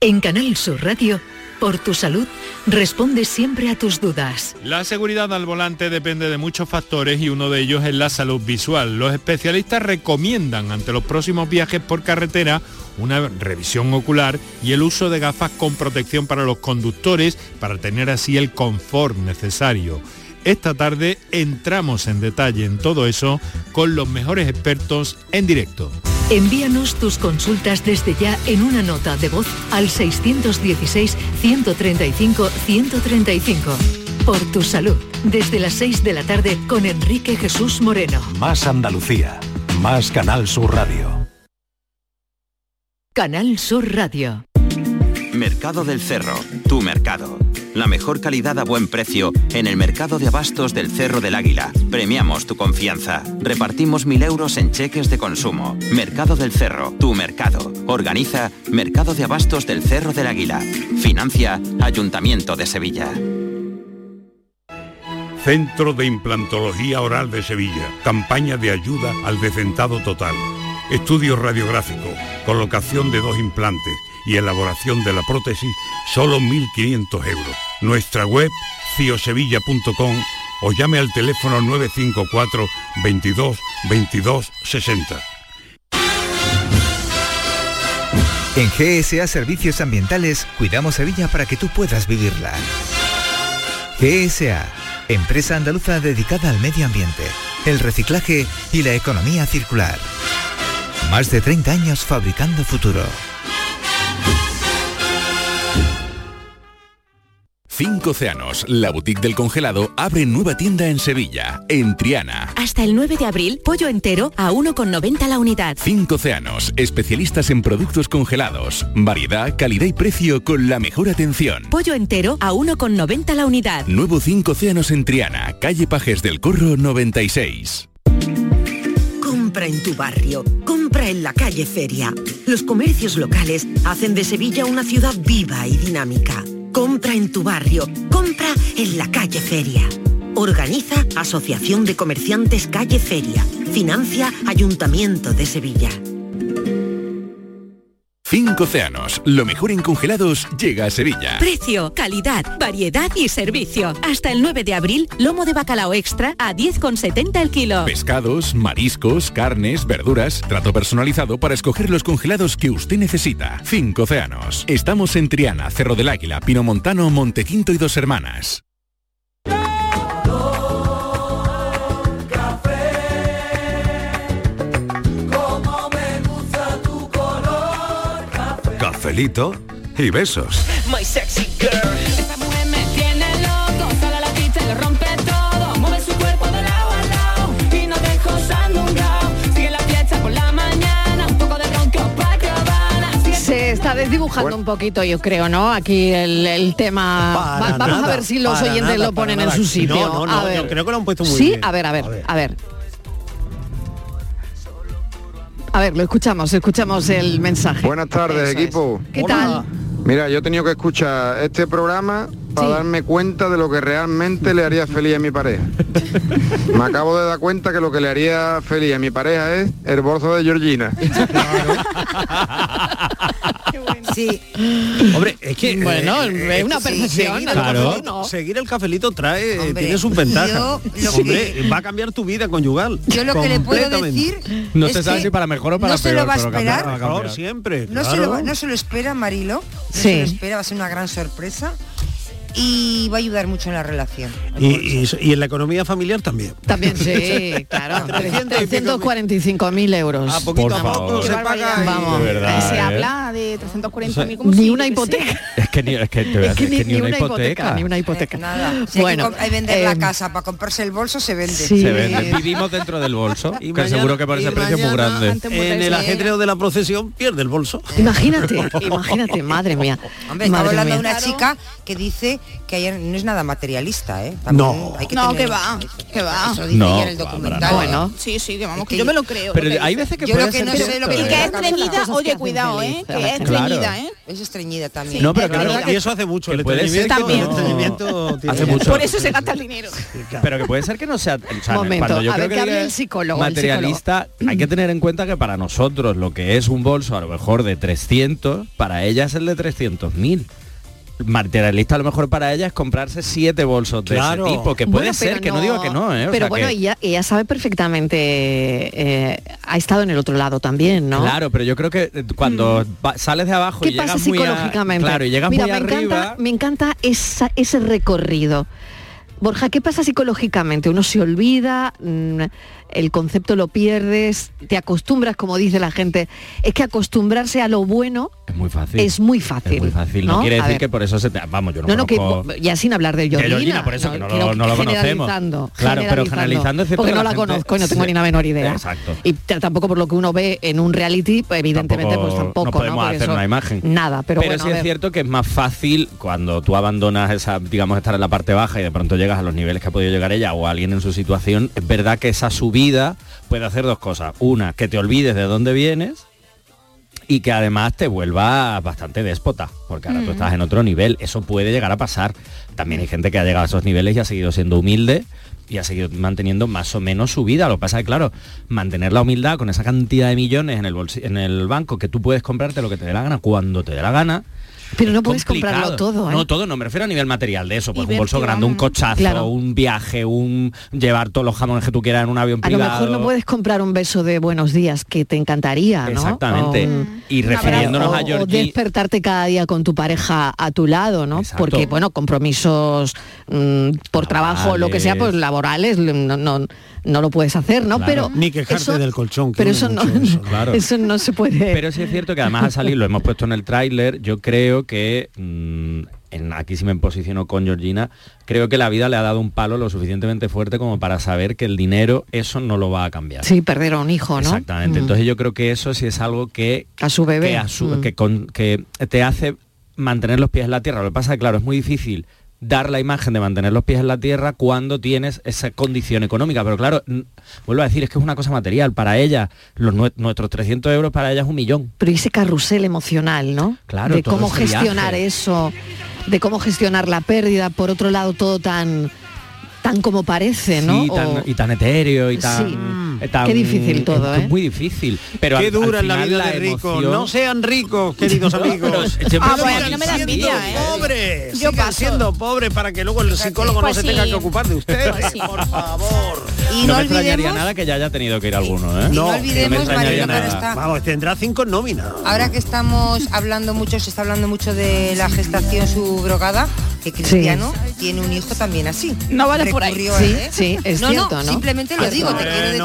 [SPEAKER 24] En Canal Sur Radio, por tu salud, responde siempre a tus dudas.
[SPEAKER 11] La seguridad al volante depende de muchos factores y uno de ellos es la salud visual. Los especialistas recomiendan ante los próximos viajes por carretera una revisión ocular y el uso de gafas con protección para los conductores para tener así el confort necesario. Esta tarde entramos en detalle en todo eso con los mejores expertos en directo.
[SPEAKER 24] Envíanos tus consultas desde ya en una nota de voz al 616-135-135. Por tu salud, desde las 6 de la tarde con Enrique Jesús Moreno.
[SPEAKER 3] Más Andalucía. Más Canal Sur Radio.
[SPEAKER 24] Canal Sur Radio.
[SPEAKER 25] Mercado del Cerro, tu mercado. La mejor calidad a buen precio en el mercado de abastos del Cerro del Águila. Premiamos tu confianza. Repartimos mil euros en cheques de consumo. Mercado del Cerro, tu mercado. Organiza Mercado de Abastos del Cerro del Águila. Financia Ayuntamiento de Sevilla.
[SPEAKER 17] Centro de Implantología Oral de Sevilla. Campaña de ayuda al desentado total. Estudio radiográfico, colocación de dos implantes y elaboración de la prótesis, solo 1.500 euros. Nuestra web, ciosevilla.com o llame al teléfono 954 22 22 60.
[SPEAKER 26] En GSA Servicios Ambientales cuidamos Sevilla para que tú puedas vivirla. GSA, empresa andaluza dedicada al medio ambiente, el reciclaje y la economía circular. Más de 30 años fabricando futuro.
[SPEAKER 27] Cinco Océanos, la boutique del congelado, abre nueva tienda en Sevilla, en Triana.
[SPEAKER 28] Hasta el 9 de abril, pollo entero a 1,90 la unidad.
[SPEAKER 27] Cinco Océanos, especialistas en productos congelados, variedad, calidad y precio con la mejor atención.
[SPEAKER 28] Pollo entero a 1,90 la unidad.
[SPEAKER 27] Nuevo Cinco Océanos en Triana, calle Pajes del Corro 96.
[SPEAKER 16] Compra en tu barrio, compra en la calle Feria. Los comercios locales hacen de Sevilla una ciudad viva y dinámica. Compra en tu barrio, compra en la calle Feria. Organiza Asociación de Comerciantes Calle Feria. Financia Ayuntamiento de Sevilla.
[SPEAKER 27] Cinco Océanos, lo mejor en congelados llega a Sevilla.
[SPEAKER 28] Precio, calidad, variedad y servicio. Hasta el 9 de abril, lomo de bacalao extra a 10,70 el kilo.
[SPEAKER 27] Pues Pescados, mariscos, carnes, verduras, trato personalizado para escoger los congelados que usted necesita. Cinco Océanos. Estamos en Triana, Cerro del Águila, Pinomontano, Montequinto y Dos Hermanas.
[SPEAKER 21] Como me gusta tu color
[SPEAKER 3] Cafelito y besos.
[SPEAKER 21] My sexy girl
[SPEAKER 29] Esta mujer me tiene loco, sale a la pista y lo rompe todo. Mueve su cuerpo de lado a lado y no dejo sandunga. Sigue la fiesta por la mañana, un poco de ronco para cabana.
[SPEAKER 5] Se está desdibujando un poquito, yo creo, ¿no? Aquí el, el tema. Va-
[SPEAKER 7] Para
[SPEAKER 5] vamos
[SPEAKER 7] nada,
[SPEAKER 5] a ver si los
[SPEAKER 7] para
[SPEAKER 5] oyentes
[SPEAKER 7] nada,
[SPEAKER 5] lo
[SPEAKER 7] para
[SPEAKER 5] ponen en
[SPEAKER 7] nada.
[SPEAKER 5] su sitio.
[SPEAKER 7] No, no, no,
[SPEAKER 5] a ver.
[SPEAKER 7] yo creo que lo han puesto muy
[SPEAKER 5] ¿Sí?
[SPEAKER 7] bien.
[SPEAKER 5] a ver, a ver, a ver. A ver, lo escuchamos, escuchamos el mensaje.
[SPEAKER 1] Buenas tardes,
[SPEAKER 5] Eso es.
[SPEAKER 1] equipo.
[SPEAKER 5] ¿Qué tal?
[SPEAKER 1] Mira, yo he tenido que escuchar este programa para darme cuenta de lo que realmente le haría feliz a mi pareja. Me acabo de dar cuenta que lo que le haría feliz a mi pareja es el bolso de Georgina.
[SPEAKER 8] Sí.
[SPEAKER 7] Hombre, es que
[SPEAKER 5] Bueno,
[SPEAKER 7] eh,
[SPEAKER 5] es una
[SPEAKER 7] sí,
[SPEAKER 5] percepción,
[SPEAKER 7] seguir,
[SPEAKER 5] a
[SPEAKER 7] el
[SPEAKER 5] lo mejor
[SPEAKER 7] cafelito, seguir el cafelito trae eh, tiene sus ventajas.
[SPEAKER 8] yo lo
[SPEAKER 7] Hombre,
[SPEAKER 8] que-
[SPEAKER 7] va a cambiar tu vida conyugal.
[SPEAKER 8] Yo lo que le puedo
[SPEAKER 7] completamente.
[SPEAKER 8] decir No es se sabe que si para mejor o para no se lo peor, va a pero cambiar, esperar. va a
[SPEAKER 7] Mejor
[SPEAKER 8] cambiar.
[SPEAKER 7] siempre.
[SPEAKER 8] No, se
[SPEAKER 7] claro.
[SPEAKER 8] lo, va- no se lo espera, Marilo. No
[SPEAKER 7] Sí.
[SPEAKER 8] se lo espera, va a ser una gran sorpresa. Y va a ayudar mucho en la relación.
[SPEAKER 7] y, y- y en la economía familiar también.
[SPEAKER 5] También sí, claro. 345.000 euros.
[SPEAKER 7] A poquito Por a poco favor. se
[SPEAKER 5] Qué barbaridad.
[SPEAKER 7] paga y-
[SPEAKER 5] Vamos.
[SPEAKER 6] De verdad,
[SPEAKER 5] Se
[SPEAKER 6] ¿eh?
[SPEAKER 5] habla
[SPEAKER 2] de 340.000 como
[SPEAKER 5] Ni
[SPEAKER 2] si
[SPEAKER 5] una
[SPEAKER 2] yo qué sé.
[SPEAKER 5] hipoteca.
[SPEAKER 6] Es que ni, es que, te voy a
[SPEAKER 5] Es que
[SPEAKER 6] decir,
[SPEAKER 5] ni,
[SPEAKER 6] es que
[SPEAKER 5] ni una hipoteca, ni una hipoteca.
[SPEAKER 8] Eh, Si
[SPEAKER 5] bueno,
[SPEAKER 8] hay que com- hay vender
[SPEAKER 5] eh,
[SPEAKER 2] em,
[SPEAKER 8] la casa para comprarse el bolso, se vende.
[SPEAKER 6] Se vende. Vivimos dentro del bolso, que
[SPEAKER 7] mañana-
[SPEAKER 6] seguro que por ese
[SPEAKER 7] y
[SPEAKER 6] precio es muy
[SPEAKER 7] mañana
[SPEAKER 6] grande.
[SPEAKER 7] ante En el ajetreo de la procesión pierde el bolso.
[SPEAKER 5] Imagínate, imagínate, madre mía.
[SPEAKER 8] Hombre, estaba
[SPEAKER 5] madre
[SPEAKER 8] hablando de
[SPEAKER 5] mía.
[SPEAKER 8] una chica que dice que ayer no es nada materialista, ¿eh?
[SPEAKER 6] No.
[SPEAKER 8] hay
[SPEAKER 2] No,
[SPEAKER 8] tener-
[SPEAKER 2] que va, que va.
[SPEAKER 8] Eso dice
[SPEAKER 6] No,
[SPEAKER 8] ella en el
[SPEAKER 6] va, para
[SPEAKER 8] documental.
[SPEAKER 6] nada. Bueno.
[SPEAKER 2] Sí, sí, que vamos, que yo me lo creo.
[SPEAKER 6] Pero
[SPEAKER 2] lo que
[SPEAKER 6] hay
[SPEAKER 2] dice.
[SPEAKER 6] veces que Yo lo puede que ser no sé
[SPEAKER 2] Y
[SPEAKER 6] cierto, lo que
[SPEAKER 2] que
[SPEAKER 6] ¿eh?
[SPEAKER 2] es
[SPEAKER 6] Las
[SPEAKER 2] estreñida,
[SPEAKER 5] cosas que
[SPEAKER 2] oye,
[SPEAKER 5] hacen
[SPEAKER 2] cuidado,
[SPEAKER 5] feliz
[SPEAKER 2] ¿eh?
[SPEAKER 5] a
[SPEAKER 2] Que
[SPEAKER 5] la
[SPEAKER 2] es
[SPEAKER 5] gente. Claro.
[SPEAKER 2] estreñida, ¿eh?
[SPEAKER 8] Es estreñida también.
[SPEAKER 6] No, pero que-
[SPEAKER 7] y eso hace mucho. El
[SPEAKER 6] que puede ser que
[SPEAKER 7] estreñimiento-
[SPEAKER 6] no-
[SPEAKER 7] el estreñimiento tiene-
[SPEAKER 6] hace mucho.
[SPEAKER 2] Por eso se gasta el dinero.
[SPEAKER 6] Pero que puede ser que no sea... o sea,
[SPEAKER 5] Momento,
[SPEAKER 6] cuando yo
[SPEAKER 5] a
[SPEAKER 6] creo
[SPEAKER 5] ver, que hable
[SPEAKER 6] diga
[SPEAKER 5] el psicólogo, el
[SPEAKER 6] Materialista, hay que tener en cuenta que para nosotros lo que es un bolso a lo mejor de 300, para ella es el de 300.000. Materialista a lo mejor para ella es comprarse siete bolsos de
[SPEAKER 5] Claro.
[SPEAKER 6] ese tipo, que puede
[SPEAKER 5] Bueno,
[SPEAKER 6] ser,
[SPEAKER 5] pero
[SPEAKER 6] que no, digo que no, ¿eh? O
[SPEAKER 5] pero
[SPEAKER 6] sea,
[SPEAKER 5] bueno,
[SPEAKER 6] que-
[SPEAKER 5] ella, ella sabe perfectamente, eh, ha estado en el otro lado también, ¿no? Mm.
[SPEAKER 6] Claro, pero yo creo que eh, cuando va- sales de abajo
[SPEAKER 5] ¿Qué
[SPEAKER 6] y llegas
[SPEAKER 5] pasa
[SPEAKER 6] muy a-
[SPEAKER 5] psicológicamente?
[SPEAKER 6] claro, y llegas
[SPEAKER 5] Mira,
[SPEAKER 6] muy
[SPEAKER 5] me
[SPEAKER 6] arriba,
[SPEAKER 5] encanta, me encanta esa- ese recorrido. Borja, ¿qué pasa psicológicamente? Uno se olvida, mm, el concepto lo pierdes, te acostumbras, como dice la gente. Es que acostumbrarse a lo bueno
[SPEAKER 6] es muy fácil.
[SPEAKER 5] es muy fácil.
[SPEAKER 6] Es muy fácil, no, quiere
[SPEAKER 5] A
[SPEAKER 6] decir
[SPEAKER 5] ver.
[SPEAKER 6] que por eso se te... Vamos, yo no,
[SPEAKER 5] No, no, que
[SPEAKER 6] conozco-
[SPEAKER 5] ya sin hablar de
[SPEAKER 6] De
[SPEAKER 5] Georgina.
[SPEAKER 6] Georgina, por eso que no lo-
[SPEAKER 5] creo
[SPEAKER 6] no lo
[SPEAKER 5] que
[SPEAKER 6] conocemos.
[SPEAKER 5] generalizando,
[SPEAKER 6] Claro, pero generalizando es cierto
[SPEAKER 5] Porque
[SPEAKER 6] que
[SPEAKER 5] no
[SPEAKER 6] la
[SPEAKER 5] la,
[SPEAKER 6] gente-
[SPEAKER 5] conozco y no tengo
[SPEAKER 6] Sí.
[SPEAKER 5] ni la menor idea.
[SPEAKER 6] Exacto.
[SPEAKER 5] Y t- tampoco por lo que uno ve en un reality, pues, evidentemente, pues tampoco.
[SPEAKER 6] no podemos
[SPEAKER 5] Porque
[SPEAKER 6] hacer
[SPEAKER 5] eso-
[SPEAKER 6] una imagen.
[SPEAKER 5] Nada, pero, bueno,
[SPEAKER 6] sí
[SPEAKER 5] a
[SPEAKER 6] es
[SPEAKER 5] ver.
[SPEAKER 6] cierto que es más fácil cuando tú abandonas esa, digamos, estar en la parte baja y de pronto llegas a los niveles que ha podido llegar ella o alguien en su situación, es verdad que esa subida puede hacer dos cosas. Una, que te olvides de dónde vienes y que además te vuelvas bastante déspota, porque ahora tú
[SPEAKER 4] Mm.
[SPEAKER 6] estás en otro nivel, eso puede llegar a pasar. También hay gente que ha llegado a esos niveles y ha seguido siendo humilde y ha seguido manteniendo más o menos su vida. Lo que pasa es que, claro, mantener la humildad con esa cantidad de millones en el, bolsi- en el banco que tú puedes comprarte lo que te dé la gana cuando te dé la gana.
[SPEAKER 5] Pero no
[SPEAKER 6] es
[SPEAKER 5] puedes
[SPEAKER 6] complicado.
[SPEAKER 5] comprarlo todo, ¿eh?
[SPEAKER 6] No todo, no me refiero a nivel material de eso, pues
[SPEAKER 5] Y
[SPEAKER 6] un bolso
[SPEAKER 5] vértigo,
[SPEAKER 6] grande, un
[SPEAKER 5] vamos.
[SPEAKER 6] cochazo,
[SPEAKER 5] Claro.
[SPEAKER 6] un viaje, un llevar todos los jamones que tú quieras en un avión
[SPEAKER 5] A lo
[SPEAKER 6] privado.
[SPEAKER 5] mejor no puedes comprar un beso de buenos días que te encantaría, ¿no?
[SPEAKER 6] Exactamente.
[SPEAKER 5] O un-
[SPEAKER 6] Y refiriéndonos a
[SPEAKER 5] o- o
[SPEAKER 6] Georgie,
[SPEAKER 5] despertarte cada día con tu pareja a tu lado, ¿no? Porque, bueno, compromisos mm, por trabajo o lo que sea, pues laborales, no, no, no lo puedes hacer, ¿no? Pero
[SPEAKER 7] Ni quejarte
[SPEAKER 5] eso-
[SPEAKER 7] del colchón. que
[SPEAKER 5] Pero
[SPEAKER 7] duele
[SPEAKER 5] eso no,
[SPEAKER 7] mucho.
[SPEAKER 6] claro.
[SPEAKER 5] eso no se puede.
[SPEAKER 6] Pero sí es cierto que además al salir, lo hemos puesto en el tráiler, yo creo que, mm, en, aquí sí me posiciono con Georgina, creo que la vida le ha dado un palo lo suficientemente fuerte como para saber que el dinero, eso no lo va a cambiar.
[SPEAKER 5] Sí, perder a un hijo, ¿no?
[SPEAKER 6] Exactamente.
[SPEAKER 5] Mm.
[SPEAKER 6] Entonces yo creo que eso sí es algo que...
[SPEAKER 5] A su bebé.
[SPEAKER 6] Que, a su-
[SPEAKER 5] Mm.
[SPEAKER 6] que con- que te hace mantener los pies en la tierra. Lo que pasa es que, claro, es muy difícil dar la imagen de mantener los pies en la tierra cuando tienes esa condición económica. Pero claro, n- vuelvo a decir, es que es una cosa material. Para ella, los nue- nuestros 300 euros para ella es un millón.
[SPEAKER 5] Pero ese carrusel emocional, ¿no?
[SPEAKER 6] Claro,
[SPEAKER 5] de
[SPEAKER 6] todo
[SPEAKER 5] cómo
[SPEAKER 6] ese
[SPEAKER 5] gestionar
[SPEAKER 6] viaje.
[SPEAKER 5] eso, de cómo gestionar la pérdida, por otro lado todo tan tan como parece, ¿no?
[SPEAKER 6] Sí, tan-
[SPEAKER 5] O-
[SPEAKER 6] y tan etéreo y tan...
[SPEAKER 5] Sí. Mm.
[SPEAKER 6] eh, tan-
[SPEAKER 5] Qué difícil todo,
[SPEAKER 6] es
[SPEAKER 5] ¿eh?
[SPEAKER 6] muy difícil. Pero
[SPEAKER 7] Qué
[SPEAKER 6] al- al
[SPEAKER 7] dura es la
[SPEAKER 6] final
[SPEAKER 7] vida de ricos.
[SPEAKER 6] emoción-
[SPEAKER 7] No sean ricos, queridos amigos.
[SPEAKER 6] Pero siempre
[SPEAKER 7] Sigan
[SPEAKER 6] Ah, pues a mí
[SPEAKER 2] no me da envidia,
[SPEAKER 7] siendo
[SPEAKER 2] ¿eh?
[SPEAKER 7] Pobres.
[SPEAKER 2] Yo
[SPEAKER 7] sigan
[SPEAKER 2] paso.
[SPEAKER 7] siendo pobres para que luego el psicólogo
[SPEAKER 2] Pues
[SPEAKER 7] no se
[SPEAKER 2] sí.
[SPEAKER 7] tenga que ocupar de ustedes. Por favor.
[SPEAKER 8] Y
[SPEAKER 6] no
[SPEAKER 8] no
[SPEAKER 6] me extrañaría
[SPEAKER 8] olvidemos-
[SPEAKER 6] nada que ya haya tenido que ir alguno, ¿eh?
[SPEAKER 8] y no
[SPEAKER 6] me
[SPEAKER 8] olvidemos, Mariló,
[SPEAKER 6] extrañaría
[SPEAKER 8] que ahora
[SPEAKER 6] nada.
[SPEAKER 8] está-
[SPEAKER 7] Vamos, tendrá cinco nóminas.
[SPEAKER 8] Ahora que estamos hablando mucho, se está hablando mucho de la gestación subrogada, que Cristiano tiene un hijo también así.
[SPEAKER 2] No vale por ahí.
[SPEAKER 8] Recurrió
[SPEAKER 5] Sí,
[SPEAKER 8] a él, ¿eh?
[SPEAKER 5] sí, es
[SPEAKER 8] no,
[SPEAKER 5] cierto,
[SPEAKER 8] no,
[SPEAKER 5] ¿no?
[SPEAKER 8] simplemente
[SPEAKER 2] Pues
[SPEAKER 8] lo digo, te quiero decir...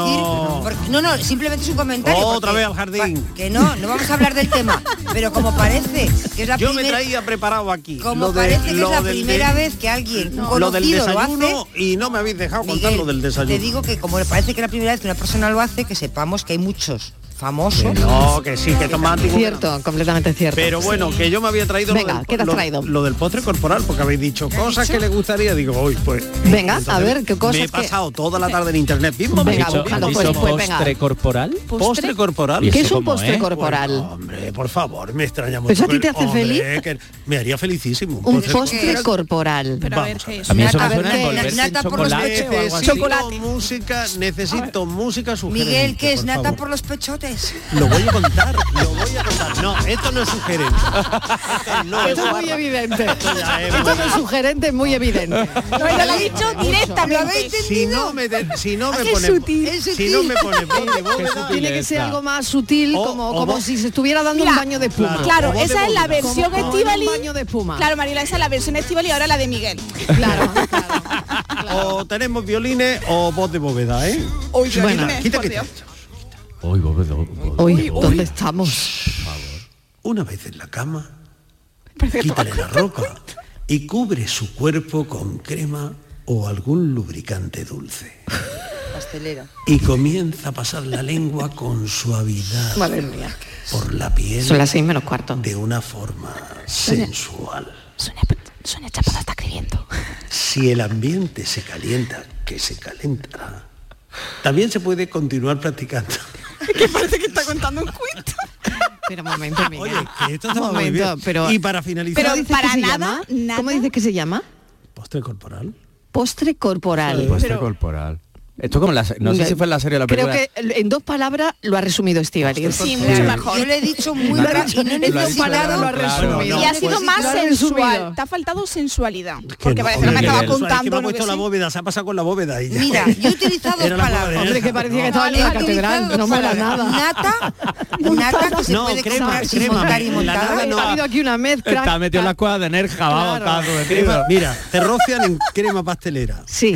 [SPEAKER 8] porque- no, no, simplemente es un comentario.
[SPEAKER 7] Otra
[SPEAKER 8] porque-
[SPEAKER 7] vez al jardín.
[SPEAKER 8] pa- Que no, no vamos a hablar del tema, pero como parece que es la
[SPEAKER 7] Yo me
[SPEAKER 8] primer-
[SPEAKER 7] traía preparado aquí.
[SPEAKER 8] Como
[SPEAKER 7] Lo de-
[SPEAKER 8] parece que es
[SPEAKER 7] lo
[SPEAKER 8] la
[SPEAKER 7] del-
[SPEAKER 8] primera vez que alguien un
[SPEAKER 7] lo del
[SPEAKER 8] conocido lo hace,
[SPEAKER 7] desayuno y no me habéis dejado contar
[SPEAKER 8] Miguel,
[SPEAKER 7] lo del desayuno.
[SPEAKER 8] Te digo que como parece que es la primera vez que una persona lo hace, que sepamos que hay muchos famoso.
[SPEAKER 7] No, que sí, que es más antiguo.
[SPEAKER 5] Cierto, completamente cierto.
[SPEAKER 7] Pero bueno, que yo me había traído
[SPEAKER 5] Venga,
[SPEAKER 7] lo, del,
[SPEAKER 5] ¿qué te has
[SPEAKER 7] lo-
[SPEAKER 5] traído?
[SPEAKER 7] lo del postre corporal, porque habéis dicho cosas que le gustaría. Digo, hoy pues.
[SPEAKER 5] Venga,
[SPEAKER 7] Entonces,
[SPEAKER 5] a ver, ¿qué cosas
[SPEAKER 7] Me he
[SPEAKER 5] que-
[SPEAKER 7] pasado toda la tarde en internet. Mismo
[SPEAKER 5] Venga, buscando, pues, pues, venga.
[SPEAKER 6] ¿Postre corporal?
[SPEAKER 7] Postre corporal.
[SPEAKER 5] ¿Qué es un postre corporal?
[SPEAKER 7] Bueno, hombre, por favor, me extraña mucho.
[SPEAKER 5] ¿Pero eso a ti
[SPEAKER 7] que-
[SPEAKER 5] te hace
[SPEAKER 7] hombre,
[SPEAKER 5] feliz?
[SPEAKER 7] que me haría felicísimo.
[SPEAKER 5] un postre corporal.
[SPEAKER 6] pues, A mí eso me
[SPEAKER 5] A ver,
[SPEAKER 6] suena a
[SPEAKER 5] ¿qué?
[SPEAKER 6] envolverse en
[SPEAKER 5] Nata por los
[SPEAKER 6] chocolate o algo así.
[SPEAKER 7] Necesito música, necesito música sugerente.
[SPEAKER 8] Miguel, ¿qué es
[SPEAKER 7] por
[SPEAKER 8] nata
[SPEAKER 7] favor.
[SPEAKER 8] por los pechotes?
[SPEAKER 7] Lo voy a contar, lo voy a contar. No, esto no es sugerente. Esto no
[SPEAKER 5] Eso es
[SPEAKER 7] barra.
[SPEAKER 5] muy evidente.
[SPEAKER 7] Esto ya es
[SPEAKER 5] Esto
[SPEAKER 7] muy-
[SPEAKER 5] es sugerente, es muy evidente.
[SPEAKER 7] lo he dicho
[SPEAKER 5] directamente.
[SPEAKER 8] ¿Lo habéis
[SPEAKER 7] Si
[SPEAKER 8] entendido?
[SPEAKER 7] no me, de- si no
[SPEAKER 5] Ah,
[SPEAKER 7] me
[SPEAKER 5] qué
[SPEAKER 7] pone,
[SPEAKER 5] sutil. Es
[SPEAKER 7] si
[SPEAKER 5] sutil.
[SPEAKER 7] no me pone pie de
[SPEAKER 5] Qué
[SPEAKER 7] bóveda,
[SPEAKER 5] Tiene que ser algo más sutil, como,
[SPEAKER 7] o
[SPEAKER 5] como
[SPEAKER 7] vos-
[SPEAKER 5] si se estuviera dando un
[SPEAKER 2] Mira,
[SPEAKER 5] baño de espuma.
[SPEAKER 2] Claro, esa es la versión
[SPEAKER 5] Como- como en
[SPEAKER 2] Estivali.
[SPEAKER 5] Un baño de espuma.
[SPEAKER 2] Claro, Marila, esa es la versión estival y ahora la de Miguel.
[SPEAKER 7] o tenemos violines o voz de bóveda, ¿eh?
[SPEAKER 2] Uy,
[SPEAKER 7] bueno,
[SPEAKER 2] violines,
[SPEAKER 7] quita
[SPEAKER 2] por
[SPEAKER 7] que
[SPEAKER 2] Dios.
[SPEAKER 6] Uy, bóveda.
[SPEAKER 5] Hoy, ¿dónde estamos?
[SPEAKER 7] Una vez en la cama, quítale la ropa y cubre su cuerpo con crema o algún lubricante dulce.
[SPEAKER 8] Pastelero.
[SPEAKER 7] Y comienza a pasar la lengua con suavidad
[SPEAKER 5] Madre mía.
[SPEAKER 7] por la piel
[SPEAKER 5] Son las seis menos cuarto.
[SPEAKER 7] de una forma sensual.
[SPEAKER 5] Sonia Chapada está escribiendo.
[SPEAKER 7] Si el ambiente se calienta, que se calentará, también se puede continuar practicando.
[SPEAKER 2] que parece que está contando un cuento.
[SPEAKER 5] Pero un momento, Miguel.
[SPEAKER 7] que esto está muy
[SPEAKER 5] Momento,
[SPEAKER 7] bien.
[SPEAKER 5] pero-
[SPEAKER 7] y para finalizar,
[SPEAKER 5] ¿Cómo dices que se llama? ¿Cómo dices que se llama?
[SPEAKER 7] postre corporal.
[SPEAKER 5] Postre corporal.
[SPEAKER 6] Postre corporal. Esto como en la se- No sé si fue en la serie o la
[SPEAKER 5] Creo
[SPEAKER 6] película. Pues
[SPEAKER 5] que en dos palabras lo ha resumido Estivali.
[SPEAKER 6] Sí, mucho Sí. mejor.
[SPEAKER 8] Yo le he dicho muy
[SPEAKER 5] Lo ha
[SPEAKER 8] raro
[SPEAKER 5] dicho-
[SPEAKER 8] y no he
[SPEAKER 5] lo ha dicho
[SPEAKER 8] necesitado.
[SPEAKER 5] raro, lo ha resumido.
[SPEAKER 2] y ha sido
[SPEAKER 5] pues,
[SPEAKER 2] más
[SPEAKER 5] lo ha resumido.
[SPEAKER 2] sensual. Te ha faltado sensualidad. Porque parece que me
[SPEAKER 7] Hombre,
[SPEAKER 2] acaba
[SPEAKER 7] Miguel, es que me
[SPEAKER 2] contando
[SPEAKER 7] ha
[SPEAKER 2] lo que
[SPEAKER 7] puesto la
[SPEAKER 2] sí.
[SPEAKER 7] bóveda, se ha pasado con la bóveda. Y ya.
[SPEAKER 8] Mira, yo he utilizado
[SPEAKER 7] Era la
[SPEAKER 8] dos palabras.
[SPEAKER 7] bóveda.
[SPEAKER 5] Hombre, que parecía que estaba en la
[SPEAKER 8] He
[SPEAKER 5] catedral.
[SPEAKER 8] utilizado
[SPEAKER 5] No
[SPEAKER 8] dos
[SPEAKER 5] mola
[SPEAKER 8] palabras.
[SPEAKER 5] nada.
[SPEAKER 8] Nata, nata que se
[SPEAKER 7] No,
[SPEAKER 8] puede
[SPEAKER 7] crema,
[SPEAKER 8] comprar sin
[SPEAKER 7] crema,
[SPEAKER 8] montar y
[SPEAKER 7] la
[SPEAKER 8] montar.
[SPEAKER 7] nata
[SPEAKER 5] Ha
[SPEAKER 7] no.
[SPEAKER 5] habido aquí una mezcla.
[SPEAKER 6] Está metido en la escuela de Nerja, vamos,
[SPEAKER 5] Claro.
[SPEAKER 6] está
[SPEAKER 7] Crema,
[SPEAKER 6] sometido.
[SPEAKER 7] mira, te rocian en crema pastelera.
[SPEAKER 5] Sí.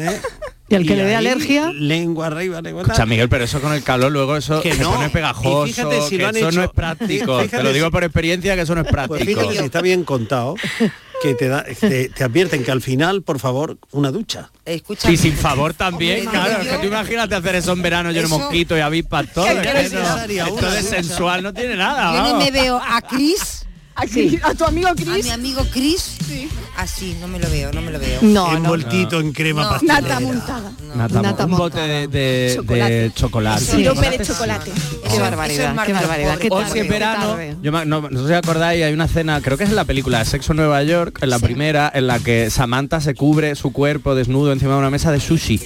[SPEAKER 7] ¿eh?
[SPEAKER 5] Y al que le dé
[SPEAKER 7] ahí,
[SPEAKER 5] alergia.
[SPEAKER 7] Lengua arriba, lengua
[SPEAKER 6] O sea, Miguel, pero eso con el calor luego eso
[SPEAKER 7] Que
[SPEAKER 6] se
[SPEAKER 7] no.
[SPEAKER 6] pone pegajoso,
[SPEAKER 7] Y fíjate si
[SPEAKER 6] que
[SPEAKER 7] lo han
[SPEAKER 6] eso
[SPEAKER 7] hecho-
[SPEAKER 6] no es práctico. Te
[SPEAKER 7] Fíjate
[SPEAKER 6] lo digo
[SPEAKER 7] si-
[SPEAKER 6] por experiencia que eso no es práctico.
[SPEAKER 7] Pues fíjate si está bien contado que te, da- te, te advierten que al final, por favor, una ducha.
[SPEAKER 8] Escucha.
[SPEAKER 6] Y sin favor también,
[SPEAKER 8] Hombre,
[SPEAKER 6] claro,
[SPEAKER 8] madre,
[SPEAKER 6] es que tú
[SPEAKER 8] yo-
[SPEAKER 6] imagínate hacer eso en verano lleno de
[SPEAKER 8] Eso-
[SPEAKER 6] mosquitos y avispas todo.
[SPEAKER 8] Es que
[SPEAKER 6] es
[SPEAKER 8] es
[SPEAKER 6] que no.
[SPEAKER 8] necesaria
[SPEAKER 6] Esto
[SPEAKER 8] una
[SPEAKER 6] de
[SPEAKER 8] ducha.
[SPEAKER 6] sensual no tiene nada.
[SPEAKER 8] Yo no
[SPEAKER 6] vamos.
[SPEAKER 8] me veo a Chris,
[SPEAKER 2] A, Cris- a tu amigo
[SPEAKER 8] a
[SPEAKER 2] Chris.
[SPEAKER 8] mi amigo Chris, así, no me lo veo, no me lo veo.
[SPEAKER 5] No, no.
[SPEAKER 7] Envueltito en crema
[SPEAKER 8] No.
[SPEAKER 7] pastelera.
[SPEAKER 2] Nata montada.
[SPEAKER 6] Nata,
[SPEAKER 5] Nata
[SPEAKER 6] un bote de, de- de chocolate.
[SPEAKER 2] Sí, Sirope de chocolate.
[SPEAKER 5] Qué
[SPEAKER 8] eso es
[SPEAKER 5] barbaridad, qué
[SPEAKER 8] Marcos
[SPEAKER 5] barbaridad.
[SPEAKER 8] Pobre,
[SPEAKER 5] Qué
[SPEAKER 6] Hoy
[SPEAKER 5] tarde,
[SPEAKER 6] si es
[SPEAKER 5] qué
[SPEAKER 6] verano,
[SPEAKER 5] tarde.
[SPEAKER 6] yo me- no, no sé si acordáis, hay una escena, creo que es en la película Sexo en Nueva York, en la primera, en la que Samantha se cubre su cuerpo desnudo encima de una mesa de sushi.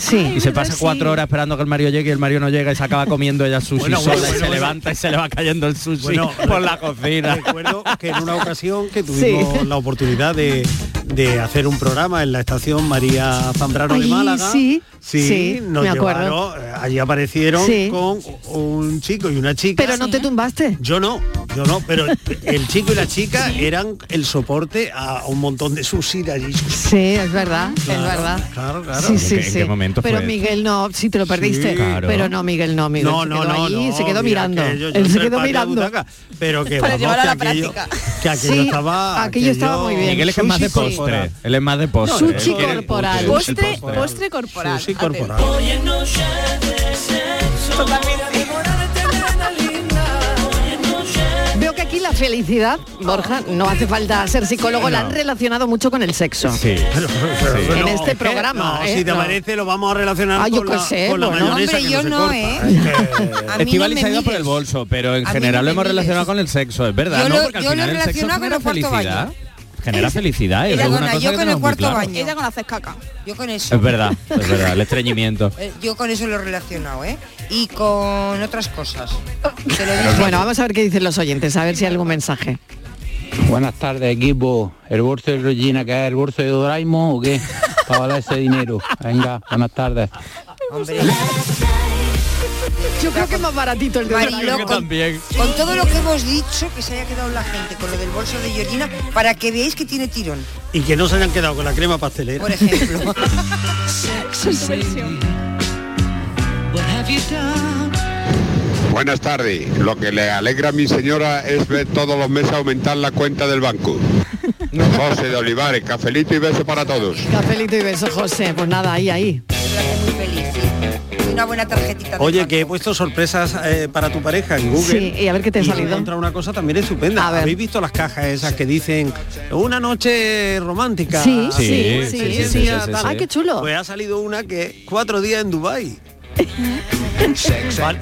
[SPEAKER 5] Sí.
[SPEAKER 6] y se pasa cuatro horas esperando que el Mario llegue y el Mario no llega y se acaba comiendo ella sushi
[SPEAKER 7] Bueno,
[SPEAKER 6] sola
[SPEAKER 7] bueno,
[SPEAKER 6] y se
[SPEAKER 7] bueno.
[SPEAKER 6] levanta y se le va cayendo el sushi
[SPEAKER 7] Bueno,
[SPEAKER 6] por la cocina.
[SPEAKER 7] Recuerdo que en una ocasión que tuvimos la oportunidad de, de hacer un programa en la estación María Zambrano de
[SPEAKER 5] Ay,
[SPEAKER 7] Málaga.
[SPEAKER 5] sí,
[SPEAKER 7] sí,
[SPEAKER 5] sí,
[SPEAKER 7] nos
[SPEAKER 5] me acuerdo.
[SPEAKER 7] llevaron, eh, allí aparecieron
[SPEAKER 5] Sí.
[SPEAKER 7] con un chico y una chica.
[SPEAKER 5] Pero no te tumbaste.
[SPEAKER 7] Yo no, yo no, pero el chico y la chica eran el soporte a un montón de sushi de allí.
[SPEAKER 5] Sí, es verdad, es verdad.
[SPEAKER 7] Claro, claro.
[SPEAKER 5] Sí, sí,
[SPEAKER 6] ¿En qué- en
[SPEAKER 5] sí.
[SPEAKER 6] qué momento
[SPEAKER 5] Pero
[SPEAKER 6] fue
[SPEAKER 5] Miguel no, sí te lo perdiste.
[SPEAKER 6] claro.
[SPEAKER 5] Pero no, Miguel no, Miguel.
[SPEAKER 7] No,
[SPEAKER 5] se
[SPEAKER 7] no,
[SPEAKER 5] quedó
[SPEAKER 7] no,
[SPEAKER 5] allí,
[SPEAKER 7] no,
[SPEAKER 5] se quedó
[SPEAKER 7] mira,
[SPEAKER 5] mirando.
[SPEAKER 7] que yo- yo
[SPEAKER 5] Él
[SPEAKER 7] entré
[SPEAKER 5] se
[SPEAKER 7] al
[SPEAKER 5] quedó
[SPEAKER 7] patio de
[SPEAKER 5] mirando.
[SPEAKER 7] butaca, pero que
[SPEAKER 2] Para
[SPEAKER 7] vamos,
[SPEAKER 2] llevarlo a la
[SPEAKER 7] que aquello,
[SPEAKER 2] práctica.
[SPEAKER 7] que aquello
[SPEAKER 5] Sí,
[SPEAKER 7] estaba
[SPEAKER 5] aquello estaba muy bien.
[SPEAKER 6] Miguel es que es más de
[SPEAKER 5] Sushi, sí.
[SPEAKER 6] postre. Él es más de postre.
[SPEAKER 5] Sushi
[SPEAKER 6] él quiere el
[SPEAKER 5] corporal.
[SPEAKER 6] postre, el
[SPEAKER 2] Postre,
[SPEAKER 6] postre.
[SPEAKER 2] postre corporal.
[SPEAKER 7] Sushi
[SPEAKER 2] Atento.
[SPEAKER 7] corporal.
[SPEAKER 2] Totalmente.
[SPEAKER 5] Veo que aquí la felicidad, Borja, no hace falta ser psicólogo, la han relacionado mucho con el sexo.
[SPEAKER 6] Sí.
[SPEAKER 7] Pero
[SPEAKER 5] En
[SPEAKER 7] no,
[SPEAKER 5] este
[SPEAKER 7] es que-
[SPEAKER 5] programa,
[SPEAKER 7] no,
[SPEAKER 5] ¿eh?
[SPEAKER 7] si te
[SPEAKER 5] No.
[SPEAKER 7] parece lo vamos a relacionar
[SPEAKER 5] Ah, yo
[SPEAKER 7] con,
[SPEAKER 5] qué
[SPEAKER 7] la,
[SPEAKER 5] sé,
[SPEAKER 7] con la
[SPEAKER 5] bueno.
[SPEAKER 7] mayonesa
[SPEAKER 8] Hombre,
[SPEAKER 7] que
[SPEAKER 8] yo
[SPEAKER 7] se
[SPEAKER 8] no,
[SPEAKER 7] corta.
[SPEAKER 8] ¿eh?
[SPEAKER 7] Es que-
[SPEAKER 8] A mí no
[SPEAKER 6] Estivali
[SPEAKER 8] me
[SPEAKER 6] se ha ido por
[SPEAKER 8] mires.
[SPEAKER 6] el bolso, pero en
[SPEAKER 8] A mí
[SPEAKER 6] general
[SPEAKER 8] no
[SPEAKER 6] lo
[SPEAKER 8] me
[SPEAKER 6] hemos
[SPEAKER 8] mires.
[SPEAKER 6] relacionado con el sexo, es verdad,
[SPEAKER 8] Yo
[SPEAKER 6] ¿no?
[SPEAKER 8] lo-
[SPEAKER 6] Porque al
[SPEAKER 8] yo lo
[SPEAKER 6] final el sexo
[SPEAKER 8] relaciono con
[SPEAKER 6] genera
[SPEAKER 8] el cuarto baño.
[SPEAKER 6] felicidad. Genera felicidad, eso
[SPEAKER 8] Ella
[SPEAKER 6] es
[SPEAKER 8] con,
[SPEAKER 6] una cosa
[SPEAKER 8] yo
[SPEAKER 6] que
[SPEAKER 8] con el
[SPEAKER 6] tenemos muy
[SPEAKER 8] cuarto
[SPEAKER 6] clara.
[SPEAKER 8] baño.
[SPEAKER 2] Ella con haces caca.
[SPEAKER 8] Yo con eso.
[SPEAKER 6] Es verdad, es verdad, el estreñimiento.
[SPEAKER 8] Eh, Yo con eso lo he relacionado, ¿eh? Y con otras cosas. Te lo digo.
[SPEAKER 5] Bueno, vamos a ver qué dicen los oyentes, a ver si hay algún mensaje.
[SPEAKER 4] Buenas tardes, equipo. ¿El bolso de Regina que es el bolso de Doraemon o qué? Para valer ese dinero. Venga, buenas tardes.
[SPEAKER 8] Hombre,
[SPEAKER 5] Yo creo que es más baratito el de
[SPEAKER 8] Mariló,
[SPEAKER 5] Doraemon.
[SPEAKER 8] con, con todo lo que hemos dicho, que se haya quedado la gente con lo del bolso de Georgina, para que veáis que tiene tirón,
[SPEAKER 7] Y que no se hayan quedado con la crema pastelera.
[SPEAKER 8] por ejemplo.
[SPEAKER 9] Buenas tardes. Lo que le alegra a mi señora es ver todos los meses aumentar la cuenta del banco. José de Olivares, cafelito y beso para todos.
[SPEAKER 5] Cafelito y beso, José. Pues nada, ahí, ahí.
[SPEAKER 8] Muy feliz. una buena tarjetita. de
[SPEAKER 7] Oye, que he puesto sorpresas eh, para tu pareja en Google.
[SPEAKER 5] Sí, y a ver qué te ha salido.
[SPEAKER 7] he encontrado una cosa también estupenda. ¿Habéis visto las cajas esas que dicen una noche romántica? Ah,
[SPEAKER 5] Sí, Sí, sí, sí, sí, sí,
[SPEAKER 7] día
[SPEAKER 5] sí,
[SPEAKER 7] tal"?
[SPEAKER 5] sí. Ay, qué chulo.
[SPEAKER 7] Pues ha salido una que cuatro días en Dubai.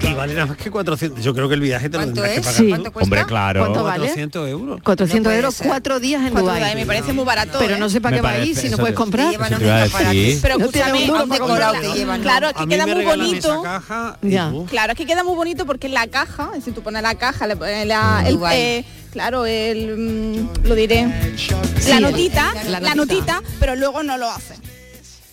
[SPEAKER 7] y vale nada más que 400. Yo creo que el viaje te lo tendrás que
[SPEAKER 5] es?
[SPEAKER 7] pagar.
[SPEAKER 5] Sí.
[SPEAKER 7] tú.
[SPEAKER 5] ¿Cuánto cuesta? Hombre, claro. ¿Cuánto vale?
[SPEAKER 7] 400 euros.
[SPEAKER 5] 400
[SPEAKER 7] No
[SPEAKER 5] euros,
[SPEAKER 7] puede ser.
[SPEAKER 5] cuatro días en
[SPEAKER 7] Cuatro
[SPEAKER 5] Dubái.
[SPEAKER 7] días, me parece muy barato,
[SPEAKER 5] Pero
[SPEAKER 7] ¿eh?
[SPEAKER 5] no sé para
[SPEAKER 7] Me
[SPEAKER 5] qué va ahí
[SPEAKER 7] parece,
[SPEAKER 5] si no
[SPEAKER 7] eso
[SPEAKER 5] puedes
[SPEAKER 7] te-
[SPEAKER 5] comprar.
[SPEAKER 7] Eso te iba a decir.
[SPEAKER 9] Pero
[SPEAKER 5] No tiene
[SPEAKER 9] escúchame,
[SPEAKER 5] un duro
[SPEAKER 9] aunque
[SPEAKER 5] para comprar.
[SPEAKER 9] claro, claro, aquí
[SPEAKER 7] A mí
[SPEAKER 9] queda
[SPEAKER 7] me
[SPEAKER 9] muy
[SPEAKER 7] regalan esa
[SPEAKER 9] bonito.
[SPEAKER 7] caja y
[SPEAKER 5] Ya.
[SPEAKER 7] uf,
[SPEAKER 9] Claro, es que queda muy bonito porque en la caja, si tú pones la caja, le pones
[SPEAKER 7] Mm.
[SPEAKER 9] la, el,
[SPEAKER 5] Dubái.
[SPEAKER 9] eh, claro, el, mm, lo diré, la,
[SPEAKER 5] el-
[SPEAKER 9] notita,
[SPEAKER 5] la
[SPEAKER 9] la notita, pero luego no lo hace.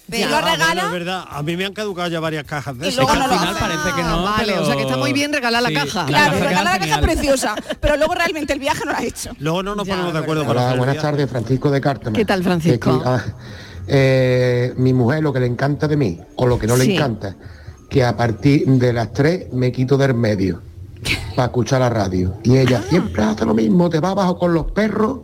[SPEAKER 9] Pero
[SPEAKER 7] Ah,
[SPEAKER 9] lo
[SPEAKER 7] bueno,
[SPEAKER 9] regala
[SPEAKER 7] es verdad, a mí me han caducado ya varias cajas de
[SPEAKER 9] Y
[SPEAKER 7] esas.
[SPEAKER 9] luego
[SPEAKER 7] Es que
[SPEAKER 9] no
[SPEAKER 7] al
[SPEAKER 9] lo Ah,
[SPEAKER 7] final parece que no.
[SPEAKER 5] Ah, vale, o sea que está muy bien regalar la
[SPEAKER 7] Sí,
[SPEAKER 5] caja.
[SPEAKER 7] la caja
[SPEAKER 9] regala la caja
[SPEAKER 7] genial.
[SPEAKER 9] preciosa, pero luego realmente el viaje no lo ha hecho.
[SPEAKER 7] Luego no nos ponemos de acuerdo para
[SPEAKER 30] Hola,
[SPEAKER 7] hacer
[SPEAKER 30] buenas
[SPEAKER 7] el
[SPEAKER 30] tardes, Francisco de Cártama.
[SPEAKER 5] ¿Qué tal, Francisco?
[SPEAKER 30] De aquí, ah, eh, mi mujer, lo que le encanta de mí, o lo que no
[SPEAKER 5] Sí.
[SPEAKER 30] le encanta, que a partir de las 3 me quito del medio para escuchar la radio. Y ella
[SPEAKER 5] Ah.
[SPEAKER 30] siempre hace lo mismo, te va abajo con los perros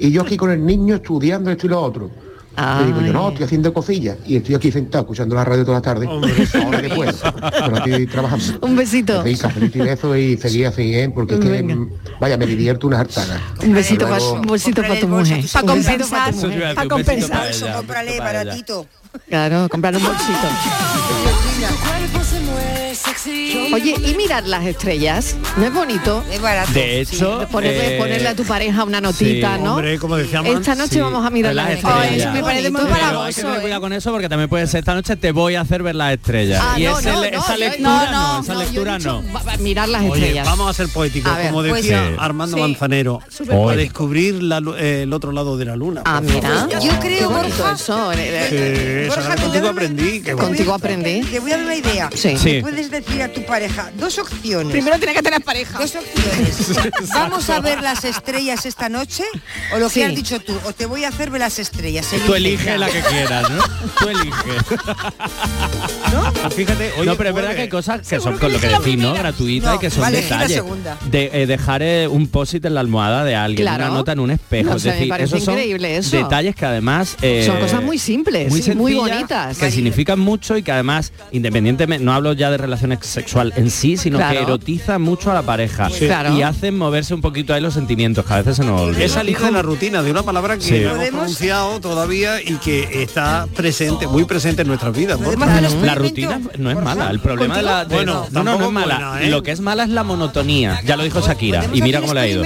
[SPEAKER 30] y yo aquí con el niño estudiando esto y lo otro. Le digo yo, no, estoy haciendo cosillas y estoy aquí sentado escuchando la radio toda la tarde. Ahora que puedo, pero estoy trabajando.
[SPEAKER 5] Un besito.
[SPEAKER 30] Rica, feliz y beso y seguí así, ¿eh? porque es que, mm, vaya, me divierto unas hartanas.
[SPEAKER 5] Un besito para
[SPEAKER 30] Luego-
[SPEAKER 5] un besito para tu mujer.
[SPEAKER 8] Pa'
[SPEAKER 5] Un besito
[SPEAKER 8] compensar,
[SPEAKER 5] tu mujer.
[SPEAKER 8] pa' compensar. Eso, cómprale baratito.
[SPEAKER 5] Claro, comprar un bolsito. Oye, y mirar las estrellas, ¿no es bonito?
[SPEAKER 8] Es barato.
[SPEAKER 6] De hecho,
[SPEAKER 5] ponerle,
[SPEAKER 6] eh,
[SPEAKER 5] ponerle a tu pareja una notita,
[SPEAKER 6] sí.
[SPEAKER 5] ¿no?
[SPEAKER 6] Hombre, como decía Mann,
[SPEAKER 5] Esta noche
[SPEAKER 6] sí.
[SPEAKER 5] vamos a mirar las estrellas.
[SPEAKER 6] estrellas.
[SPEAKER 5] Ay, eso me parece muy
[SPEAKER 6] Pero
[SPEAKER 5] barato.
[SPEAKER 6] hay que tener cuidado con eso ¿eh? porque también puede ser esta noche te voy a hacer ver las estrellas.
[SPEAKER 5] Ah,
[SPEAKER 6] y
[SPEAKER 5] no,
[SPEAKER 6] ese-
[SPEAKER 5] no, no,
[SPEAKER 6] esa
[SPEAKER 5] yo-
[SPEAKER 6] lectura no,
[SPEAKER 5] no,
[SPEAKER 6] esa
[SPEAKER 5] no, yo he
[SPEAKER 6] lectura
[SPEAKER 5] dicho
[SPEAKER 6] no.
[SPEAKER 5] va- Mirar las
[SPEAKER 7] Oye,
[SPEAKER 5] estrellas.
[SPEAKER 7] vamos a ser poéticos,
[SPEAKER 5] A ver,
[SPEAKER 7] como
[SPEAKER 5] pues
[SPEAKER 7] decía
[SPEAKER 5] sí.
[SPEAKER 7] Armando
[SPEAKER 5] Sí.
[SPEAKER 7] Manzanero,
[SPEAKER 5] Súper
[SPEAKER 7] para
[SPEAKER 5] poético.
[SPEAKER 7] descubrir la lu- eh, el otro lado de la luna.
[SPEAKER 5] Ah,
[SPEAKER 7] por
[SPEAKER 5] mira.
[SPEAKER 7] favor.
[SPEAKER 5] Yo creo, Borja. Eso, eh,
[SPEAKER 7] Que eso, ahora contigo aprendí. que bueno.
[SPEAKER 5] Contigo aprendí.
[SPEAKER 8] Te voy a dar una idea.
[SPEAKER 5] Sí.
[SPEAKER 8] Le
[SPEAKER 7] Sí.
[SPEAKER 8] puedes decir a tu pareja dos opciones.
[SPEAKER 9] Primero tiene que tener pareja.
[SPEAKER 8] Dos opciones. Vamos a ver las estrellas esta noche o lo
[SPEAKER 5] Sí.
[SPEAKER 8] que has dicho tú. O te voy a hacer ver las estrellas.
[SPEAKER 6] Tú eliges la que quieras, ¿no? Tú eliges.
[SPEAKER 7] ¿No? Fíjate, oye,
[SPEAKER 6] no, pero es verdad que hay cosas que son con lo que decís, ¿no? Gratuitas
[SPEAKER 8] No,
[SPEAKER 6] y que son
[SPEAKER 8] vale, elegí la
[SPEAKER 6] detalles.
[SPEAKER 8] segunda.
[SPEAKER 6] De, eh, dejar eh, un post-it en la almohada de alguien,
[SPEAKER 5] Claro.
[SPEAKER 6] una nota en un espejo.
[SPEAKER 5] No
[SPEAKER 6] es
[SPEAKER 5] sé, me
[SPEAKER 6] decir,
[SPEAKER 5] parece
[SPEAKER 6] esos son
[SPEAKER 5] increíble eso.
[SPEAKER 6] detalles que además. eh,
[SPEAKER 5] Son cosas muy simples, muy,
[SPEAKER 6] sencillas,
[SPEAKER 5] bonitas.
[SPEAKER 6] Que significan mucho y que además, independientemente, no hablo ya de relaciones sexual en sí, sino
[SPEAKER 5] Claro.
[SPEAKER 6] que erotiza mucho a la pareja.
[SPEAKER 5] Sí. Claro.
[SPEAKER 6] Y hacen moverse un poquito ahí los sentimientos, que a veces se nos olvida.
[SPEAKER 7] Es salir de la rutina de una palabra que
[SPEAKER 6] Sí.
[SPEAKER 7] no hemos
[SPEAKER 6] ¿Podemos?
[SPEAKER 7] pronunciado todavía y que está presente, muy presente en nuestras vidas. ¿no?
[SPEAKER 6] La rutina no es mala, el problema de la... de-
[SPEAKER 7] Bueno,
[SPEAKER 6] no, no, no
[SPEAKER 7] tampoco
[SPEAKER 6] es mala.
[SPEAKER 7] buena, ¿eh?
[SPEAKER 6] Lo que es mala es la monotonía, ya lo dijo Shakira, y mira cómo le ha ido.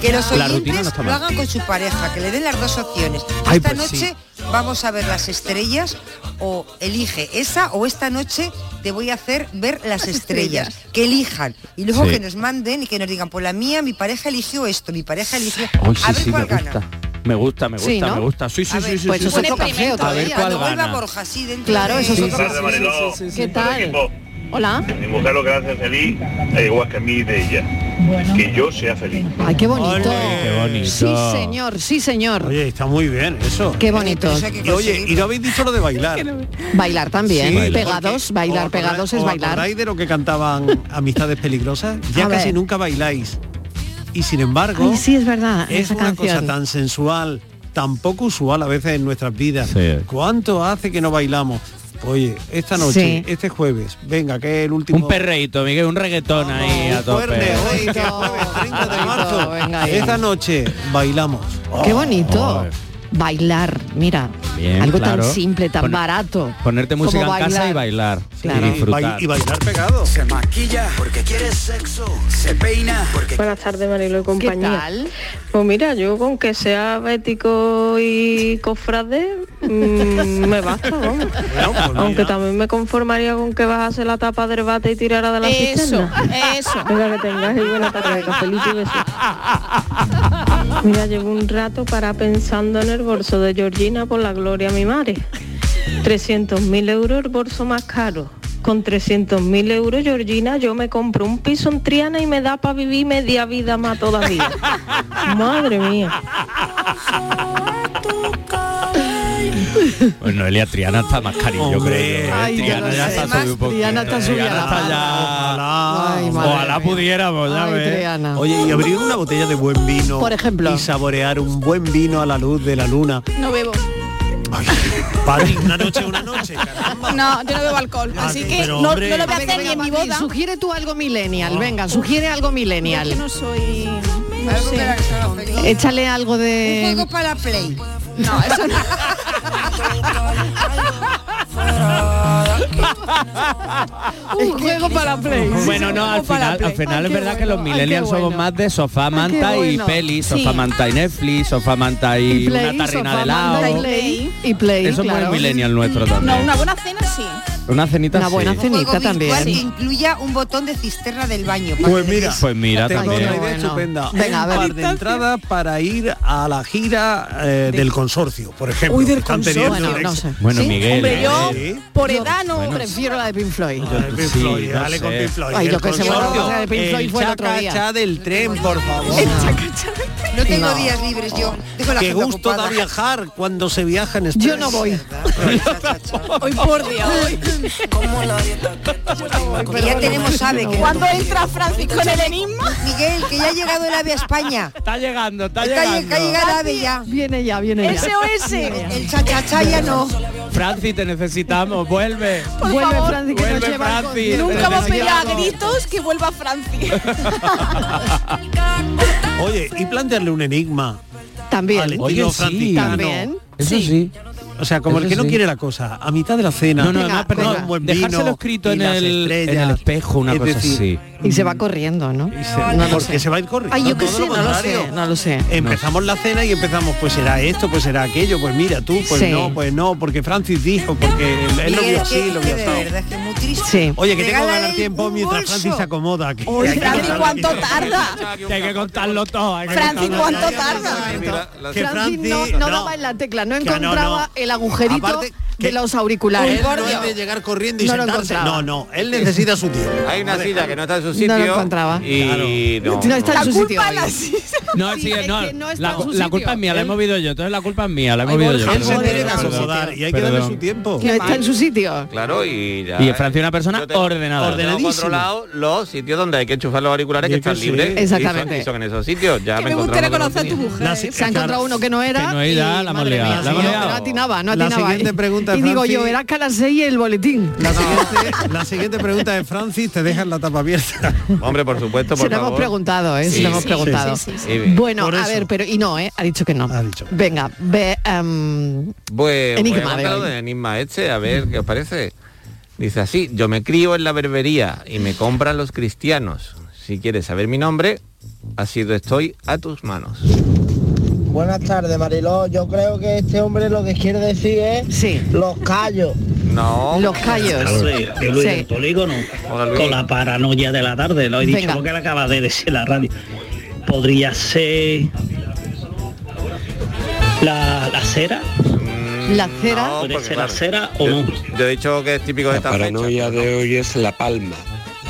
[SPEAKER 8] Que los
[SPEAKER 6] La rutina no
[SPEAKER 8] oyentes
[SPEAKER 6] está
[SPEAKER 8] lo
[SPEAKER 6] mal.
[SPEAKER 8] hagan con su pareja, que le den las dos opciones.
[SPEAKER 6] Ay,
[SPEAKER 8] esta
[SPEAKER 6] pues sí.
[SPEAKER 8] noche vamos a ver las estrellas o elige esa o esta noche te voy a hacer ver las estrellas. Que elijan. Y luego
[SPEAKER 6] Sí.
[SPEAKER 8] que nos manden y que nos digan, por la mía, mi pareja eligió esto, mi pareja eligió.
[SPEAKER 6] Ay,
[SPEAKER 8] a
[SPEAKER 6] sí,
[SPEAKER 8] ver
[SPEAKER 6] sí, me
[SPEAKER 8] cuál gana.
[SPEAKER 6] gusta. Me gusta, me gusta,
[SPEAKER 8] Sí, ¿no?
[SPEAKER 6] me gusta. Sí, sí,
[SPEAKER 8] A
[SPEAKER 6] sí,
[SPEAKER 8] ver,
[SPEAKER 6] sí,
[SPEAKER 8] pues
[SPEAKER 6] sí,
[SPEAKER 8] eso
[SPEAKER 6] sí.
[SPEAKER 8] toca feo
[SPEAKER 6] A ver
[SPEAKER 8] todavía.
[SPEAKER 6] cuál
[SPEAKER 8] Cuando vuelva
[SPEAKER 6] gana.
[SPEAKER 8] Borja, sí, dentro
[SPEAKER 5] Claro,
[SPEAKER 8] de-
[SPEAKER 5] eso es
[SPEAKER 31] Sí,
[SPEAKER 5] otra
[SPEAKER 31] sí,
[SPEAKER 5] cosa.
[SPEAKER 31] Mariló.
[SPEAKER 5] ¿Qué tal?
[SPEAKER 31] Equipo.
[SPEAKER 5] Hola.
[SPEAKER 31] Mi mujer lo que hace es feliz, eh, igual que a mí de ella. Que yo sea feliz.
[SPEAKER 5] Ay, qué bonito.
[SPEAKER 7] Qué bonito.
[SPEAKER 5] Sí, señor, sí, señor.
[SPEAKER 7] Oye, está muy bien eso.
[SPEAKER 5] Qué bonito.
[SPEAKER 7] Y oye, y no habéis dicho lo de bailar.
[SPEAKER 5] Bailar también.
[SPEAKER 7] Sí, bailar.
[SPEAKER 5] pegados, bailar pegados es
[SPEAKER 7] ¿Os
[SPEAKER 5] bailar.
[SPEAKER 7] acordáis de lo que cantaban Amistades Peligrosas? Ya
[SPEAKER 5] A
[SPEAKER 7] casi
[SPEAKER 5] ver.
[SPEAKER 7] nunca bailáis. Y sin embargo,
[SPEAKER 5] Ay, sí, es verdad,
[SPEAKER 7] es
[SPEAKER 5] Ah, esa
[SPEAKER 7] una cosa
[SPEAKER 5] canción.
[SPEAKER 7] tan sensual, tan poco usual a veces en nuestras vidas.
[SPEAKER 6] Sí.
[SPEAKER 7] ¿Cuánto hace que no bailamos? Oye, esta noche,
[SPEAKER 6] Sí.
[SPEAKER 7] este jueves, venga, que es el último...
[SPEAKER 6] Un perreíto, Miguel, un reggaetón ahí a tope.
[SPEAKER 7] marzo.
[SPEAKER 5] venga, eh.
[SPEAKER 7] Ah, Esta noche bailamos.
[SPEAKER 5] Qué
[SPEAKER 6] Oh,
[SPEAKER 5] bonito. Bailar, mira.
[SPEAKER 6] Bien,
[SPEAKER 5] algo
[SPEAKER 6] claro.
[SPEAKER 5] tan simple, tan
[SPEAKER 6] Pon-
[SPEAKER 5] barato.
[SPEAKER 6] Oh. Ponerte
[SPEAKER 5] como
[SPEAKER 6] música en casa y
[SPEAKER 5] bailar.
[SPEAKER 6] bailar.
[SPEAKER 5] Claro.
[SPEAKER 6] Y disfrutar.
[SPEAKER 7] Bail- y bailar pegado.
[SPEAKER 32] Se maquilla porque quiere sexo. Se peina porque
[SPEAKER 2] Buenas tardes, Marilo y compañía.
[SPEAKER 32] ¿Qué
[SPEAKER 2] Pues mira, yo con que sea bético y cofrade, mm, me basta, vamos. Aunque también me conformaría con que bajase la tapa del bate y tirara de la
[SPEAKER 9] Eso,
[SPEAKER 2] cisterna.
[SPEAKER 9] eso.
[SPEAKER 2] Venga, que tengas y buena tarde, cafelito y besos. Mira, llevo un rato para pensando en el bolso de Georgina por la gloria a mi madre. 300.000 euros el bolso más caro. Con 300.000 euros, Georgina, yo me compro un piso en Triana y me da para vivir media vida más todavía. Madre mía.
[SPEAKER 6] Pues Noelia Triana está más cariño, creo yo. ¿eh?
[SPEAKER 5] Ay, ya
[SPEAKER 6] Triana
[SPEAKER 5] lo
[SPEAKER 6] ya
[SPEAKER 5] sé.
[SPEAKER 6] está subido un poquito.
[SPEAKER 5] Triana está subida
[SPEAKER 6] Triana
[SPEAKER 5] la
[SPEAKER 6] está ya-
[SPEAKER 5] Ay, madre
[SPEAKER 6] Ojalá pudiéramos, ya
[SPEAKER 5] Ay,
[SPEAKER 6] ves.
[SPEAKER 5] Triana.
[SPEAKER 7] Oye, y abrir una botella de buen vino.
[SPEAKER 5] Por ejemplo.
[SPEAKER 7] Y saborear un buen vino a la luz de la luna.
[SPEAKER 9] No bebo.
[SPEAKER 7] Pati, una noche, una noche.
[SPEAKER 2] No, yo no bebo alcohol,
[SPEAKER 6] Ah,
[SPEAKER 2] así que
[SPEAKER 7] pero,
[SPEAKER 2] no,
[SPEAKER 7] hombre.
[SPEAKER 2] no lo voy a
[SPEAKER 7] Venga,
[SPEAKER 2] hacer ni en mi boda.
[SPEAKER 5] Sugiere tú algo millennial, venga, sugiere algo millennial.
[SPEAKER 2] Yo no soy... No
[SPEAKER 8] Algo que
[SPEAKER 2] sé.
[SPEAKER 8] la-
[SPEAKER 5] Échale algo de...
[SPEAKER 8] Un juego para play.
[SPEAKER 2] No, eso no.
[SPEAKER 5] Un juego para play.
[SPEAKER 6] Bueno, no, al final, al final es verdad que los millennials somos más de sofá, manta
[SPEAKER 5] bueno.
[SPEAKER 6] y peli, sofá,
[SPEAKER 5] Sí.
[SPEAKER 6] manta y Netflix, sofá, manta y, una tarrina de helado.
[SPEAKER 5] play, y play,
[SPEAKER 6] Eso es
[SPEAKER 5] claro.
[SPEAKER 6] muy millennial nuestro también.
[SPEAKER 2] No, una buena cena sí.
[SPEAKER 6] Una cenita
[SPEAKER 5] Una buena
[SPEAKER 6] sí.
[SPEAKER 5] cenita
[SPEAKER 8] Juego virtual que
[SPEAKER 5] Sí.
[SPEAKER 8] incluya un botón de cisterna del baño.
[SPEAKER 6] Pues mira, pues mira
[SPEAKER 7] Tengo
[SPEAKER 6] también.
[SPEAKER 7] una idea estupenda.
[SPEAKER 5] Venga, a
[SPEAKER 7] un
[SPEAKER 5] ver.
[SPEAKER 7] par de entradas para ir a la gira eh, del consorcio, por ejemplo.
[SPEAKER 5] Uy, del
[SPEAKER 7] que están
[SPEAKER 5] consorcio.
[SPEAKER 7] teniendo
[SPEAKER 5] Bueno,
[SPEAKER 7] éxito.
[SPEAKER 5] no sé. Bueno, Sí. Miguel,
[SPEAKER 6] eh,
[SPEAKER 2] Hombre, yo
[SPEAKER 7] Sí.
[SPEAKER 2] por edad no...
[SPEAKER 5] Prefiero la de Pink Floyd.
[SPEAKER 7] Pink
[SPEAKER 6] Sí,
[SPEAKER 7] Floyd,
[SPEAKER 6] no
[SPEAKER 7] dale con
[SPEAKER 6] sé.
[SPEAKER 7] Pink Floyd.
[SPEAKER 5] Ay,
[SPEAKER 7] El
[SPEAKER 5] yo que sé,
[SPEAKER 7] consorcio,
[SPEAKER 5] bueno, o sea, de Pink Floyd
[SPEAKER 7] el
[SPEAKER 5] fue el otro
[SPEAKER 7] chaca,
[SPEAKER 5] día.
[SPEAKER 7] chaca del tren, por favor.
[SPEAKER 8] No tengo
[SPEAKER 7] No.
[SPEAKER 8] días libres yo. Tengo la
[SPEAKER 7] Qué
[SPEAKER 8] agenda
[SPEAKER 7] gusto da
[SPEAKER 8] ocupada.
[SPEAKER 7] viajar cuando se viaja en estrés.
[SPEAKER 8] Yo no voy.
[SPEAKER 2] Hoy por Dios.
[SPEAKER 8] Que ya tenemos sabe que
[SPEAKER 2] Cuando entra Francisco en el enigma.
[SPEAKER 8] Miguel, que ya ha llegado el ave a España.
[SPEAKER 6] Está llegando, está
[SPEAKER 8] Está lle-
[SPEAKER 6] llegando.
[SPEAKER 8] que ha llegado el ave ya.
[SPEAKER 5] Viene ya, viene ya.
[SPEAKER 2] SOS.
[SPEAKER 8] El chachachá ya no.
[SPEAKER 6] Francis, te necesitamos, vuelve.
[SPEAKER 2] Por
[SPEAKER 5] Vuelve
[SPEAKER 2] favor.
[SPEAKER 5] Franci, que nos
[SPEAKER 6] Vuelve
[SPEAKER 5] lleva al
[SPEAKER 6] Franci,
[SPEAKER 5] concierto.
[SPEAKER 2] Nunca hemos
[SPEAKER 6] te
[SPEAKER 2] pedido a
[SPEAKER 6] necesitamos.
[SPEAKER 2] gritos que vuelva Franci.
[SPEAKER 7] Oye, y plantearle un enigma.
[SPEAKER 5] También.
[SPEAKER 7] Al
[SPEAKER 6] Oye,
[SPEAKER 7] estilo
[SPEAKER 6] sí.
[SPEAKER 7] franciscano.
[SPEAKER 5] También.
[SPEAKER 6] Eso sí.
[SPEAKER 7] O sea, como
[SPEAKER 6] Eso
[SPEAKER 7] el que no
[SPEAKER 6] sí.
[SPEAKER 7] quiere la cosa, a mitad de la cena.
[SPEAKER 6] No, no, además, perdón,
[SPEAKER 7] toma un buen vino
[SPEAKER 6] dejárselo escrito
[SPEAKER 7] y
[SPEAKER 6] en
[SPEAKER 7] las
[SPEAKER 6] el, en
[SPEAKER 7] estrellas.
[SPEAKER 6] el espejo, una
[SPEAKER 7] Es
[SPEAKER 6] cosa
[SPEAKER 7] decir,
[SPEAKER 6] así.
[SPEAKER 5] Y se va corriendo, ¿no? No lo
[SPEAKER 7] porque
[SPEAKER 5] sé.
[SPEAKER 7] se va a ir corriendo.
[SPEAKER 5] Ay, yo qué
[SPEAKER 7] todo
[SPEAKER 5] sé,
[SPEAKER 7] lo
[SPEAKER 5] no lo
[SPEAKER 7] contrario.
[SPEAKER 5] sé, no lo sé.
[SPEAKER 7] Empezamos la cena y empezamos, pues será esto, pues será aquello, pues mira tú, pues
[SPEAKER 5] Sí.
[SPEAKER 7] no, pues no, porque Francis dijo, porque él- él
[SPEAKER 8] Miguel,
[SPEAKER 7] lo vio
[SPEAKER 8] es que-
[SPEAKER 7] así, lo
[SPEAKER 8] que
[SPEAKER 7] vio
[SPEAKER 8] de
[SPEAKER 7] así.
[SPEAKER 8] verdad es que es muy triste.
[SPEAKER 7] Oye, que tengo que
[SPEAKER 8] Regálale
[SPEAKER 7] ganar tiempo
[SPEAKER 8] un
[SPEAKER 7] mientras
[SPEAKER 8] bolso.
[SPEAKER 7] Francis se acomoda. que-
[SPEAKER 2] Oye,
[SPEAKER 7] que hay que
[SPEAKER 2] Franci,
[SPEAKER 7] contarlo
[SPEAKER 2] ¿cuánto
[SPEAKER 7] aquí.
[SPEAKER 2] tarda?
[SPEAKER 6] Que hay que contarlo todo. hay que
[SPEAKER 2] Franci,
[SPEAKER 6] contarlo
[SPEAKER 2] ¿cuánto
[SPEAKER 6] todo.
[SPEAKER 2] tarda?
[SPEAKER 7] Que
[SPEAKER 5] Francis
[SPEAKER 7] Francis-
[SPEAKER 5] no, no
[SPEAKER 7] no.
[SPEAKER 5] daba en la tecla, no
[SPEAKER 7] Que no,
[SPEAKER 5] encontraba
[SPEAKER 7] no.
[SPEAKER 5] el agujerito
[SPEAKER 7] Aparte,
[SPEAKER 5] de los auriculares.
[SPEAKER 7] Él no es de llegar corriendo y
[SPEAKER 5] No lo
[SPEAKER 7] sentarse.
[SPEAKER 5] encontraba.
[SPEAKER 7] No, no, él necesita su tiempo.
[SPEAKER 33] Hay una silla que no está en su
[SPEAKER 5] No
[SPEAKER 33] sitio.
[SPEAKER 5] lo encontraba.
[SPEAKER 33] Y no.
[SPEAKER 5] No está en
[SPEAKER 2] La
[SPEAKER 5] su sitio
[SPEAKER 2] culpa
[SPEAKER 5] hoy.
[SPEAKER 2] la sí.
[SPEAKER 6] No, sí,
[SPEAKER 5] es
[SPEAKER 6] no,
[SPEAKER 5] que no está
[SPEAKER 6] la,
[SPEAKER 5] en su
[SPEAKER 6] la
[SPEAKER 5] sitio.
[SPEAKER 6] culpa es mía, la he
[SPEAKER 5] Él-
[SPEAKER 6] movido yo, entonces la culpa es mía, la he
[SPEAKER 5] Ay,
[SPEAKER 6] movido
[SPEAKER 5] Borja,
[SPEAKER 6] yo.
[SPEAKER 7] Él se
[SPEAKER 6] Perdón,
[SPEAKER 7] tiene que
[SPEAKER 6] perdón,
[SPEAKER 7] acomodar y hay que darle
[SPEAKER 6] perdón.
[SPEAKER 7] su tiempo.
[SPEAKER 5] No está en su sitio.
[SPEAKER 33] Claro, y ya.
[SPEAKER 6] Y Francia es una persona ordenada.
[SPEAKER 33] Yo tengo controlado los sitios donde hay que enchufar los auriculares que
[SPEAKER 6] Yo que
[SPEAKER 33] están
[SPEAKER 6] sí.
[SPEAKER 33] libres. y son-
[SPEAKER 5] Exactamente.
[SPEAKER 33] Y son, en esos sitios. Ya me,
[SPEAKER 2] Me gustaría
[SPEAKER 33] encontraba lo que no
[SPEAKER 2] conocer a tu
[SPEAKER 33] tenía.
[SPEAKER 2] mujer.
[SPEAKER 5] Se ha encontrado uno que no era.
[SPEAKER 6] Que no era,
[SPEAKER 5] y,
[SPEAKER 6] la hemos
[SPEAKER 5] madre
[SPEAKER 6] liado,
[SPEAKER 5] mía,
[SPEAKER 6] la
[SPEAKER 5] sí,
[SPEAKER 6] hemos
[SPEAKER 5] no,
[SPEAKER 6] liado.
[SPEAKER 5] no atinaba, no
[SPEAKER 7] La
[SPEAKER 5] atinaba.
[SPEAKER 7] siguiente pregunta,
[SPEAKER 5] y digo yo,
[SPEAKER 7] Francis.
[SPEAKER 5] era que a las seis el boletín.
[SPEAKER 7] La siguiente, la siguiente pregunta es Francis, te dejan la tapa abierta.
[SPEAKER 33] Hombre, por supuesto,
[SPEAKER 5] Se
[SPEAKER 33] por
[SPEAKER 5] lo hemos
[SPEAKER 33] favor.
[SPEAKER 5] preguntado, ¿eh? Se
[SPEAKER 33] Sí,
[SPEAKER 5] lo hemos
[SPEAKER 33] sí,
[SPEAKER 5] preguntado.
[SPEAKER 33] sí, sí, sí.
[SPEAKER 5] Bueno,
[SPEAKER 33] Por
[SPEAKER 5] a
[SPEAKER 33] eso.
[SPEAKER 5] ver, pero... Y no, ¿eh? Ha dicho que no. Venga, ve... em,
[SPEAKER 33] Pues,
[SPEAKER 5] Enigma
[SPEAKER 33] pues,
[SPEAKER 5] de
[SPEAKER 33] aguantado
[SPEAKER 5] hoy.
[SPEAKER 33] de enigma este, a ver qué os parece. Dice así, yo me crío en la berbería y me compran los cristianos. Si quieres saber mi nombre, ha sido estoy a tus manos.
[SPEAKER 24] Buenas tardes, Mariló. Yo creo que este hombre lo que quiere decir es los callos.
[SPEAKER 33] No.
[SPEAKER 24] Los callos.
[SPEAKER 11] Soy de Luis del Polígono, con la paranoia de la tarde. Lo he dicho
[SPEAKER 24] Venga.
[SPEAKER 11] lo que le acaba de decir la radio. Podría ser la, la cera.
[SPEAKER 5] La cera.
[SPEAKER 33] No,
[SPEAKER 11] Puede
[SPEAKER 33] porque,
[SPEAKER 11] ser la
[SPEAKER 33] claro,
[SPEAKER 11] cera o no.
[SPEAKER 33] Yo he dicho que es típico de
[SPEAKER 25] La
[SPEAKER 33] esta fecha.
[SPEAKER 25] paranoia de hoy es la palma,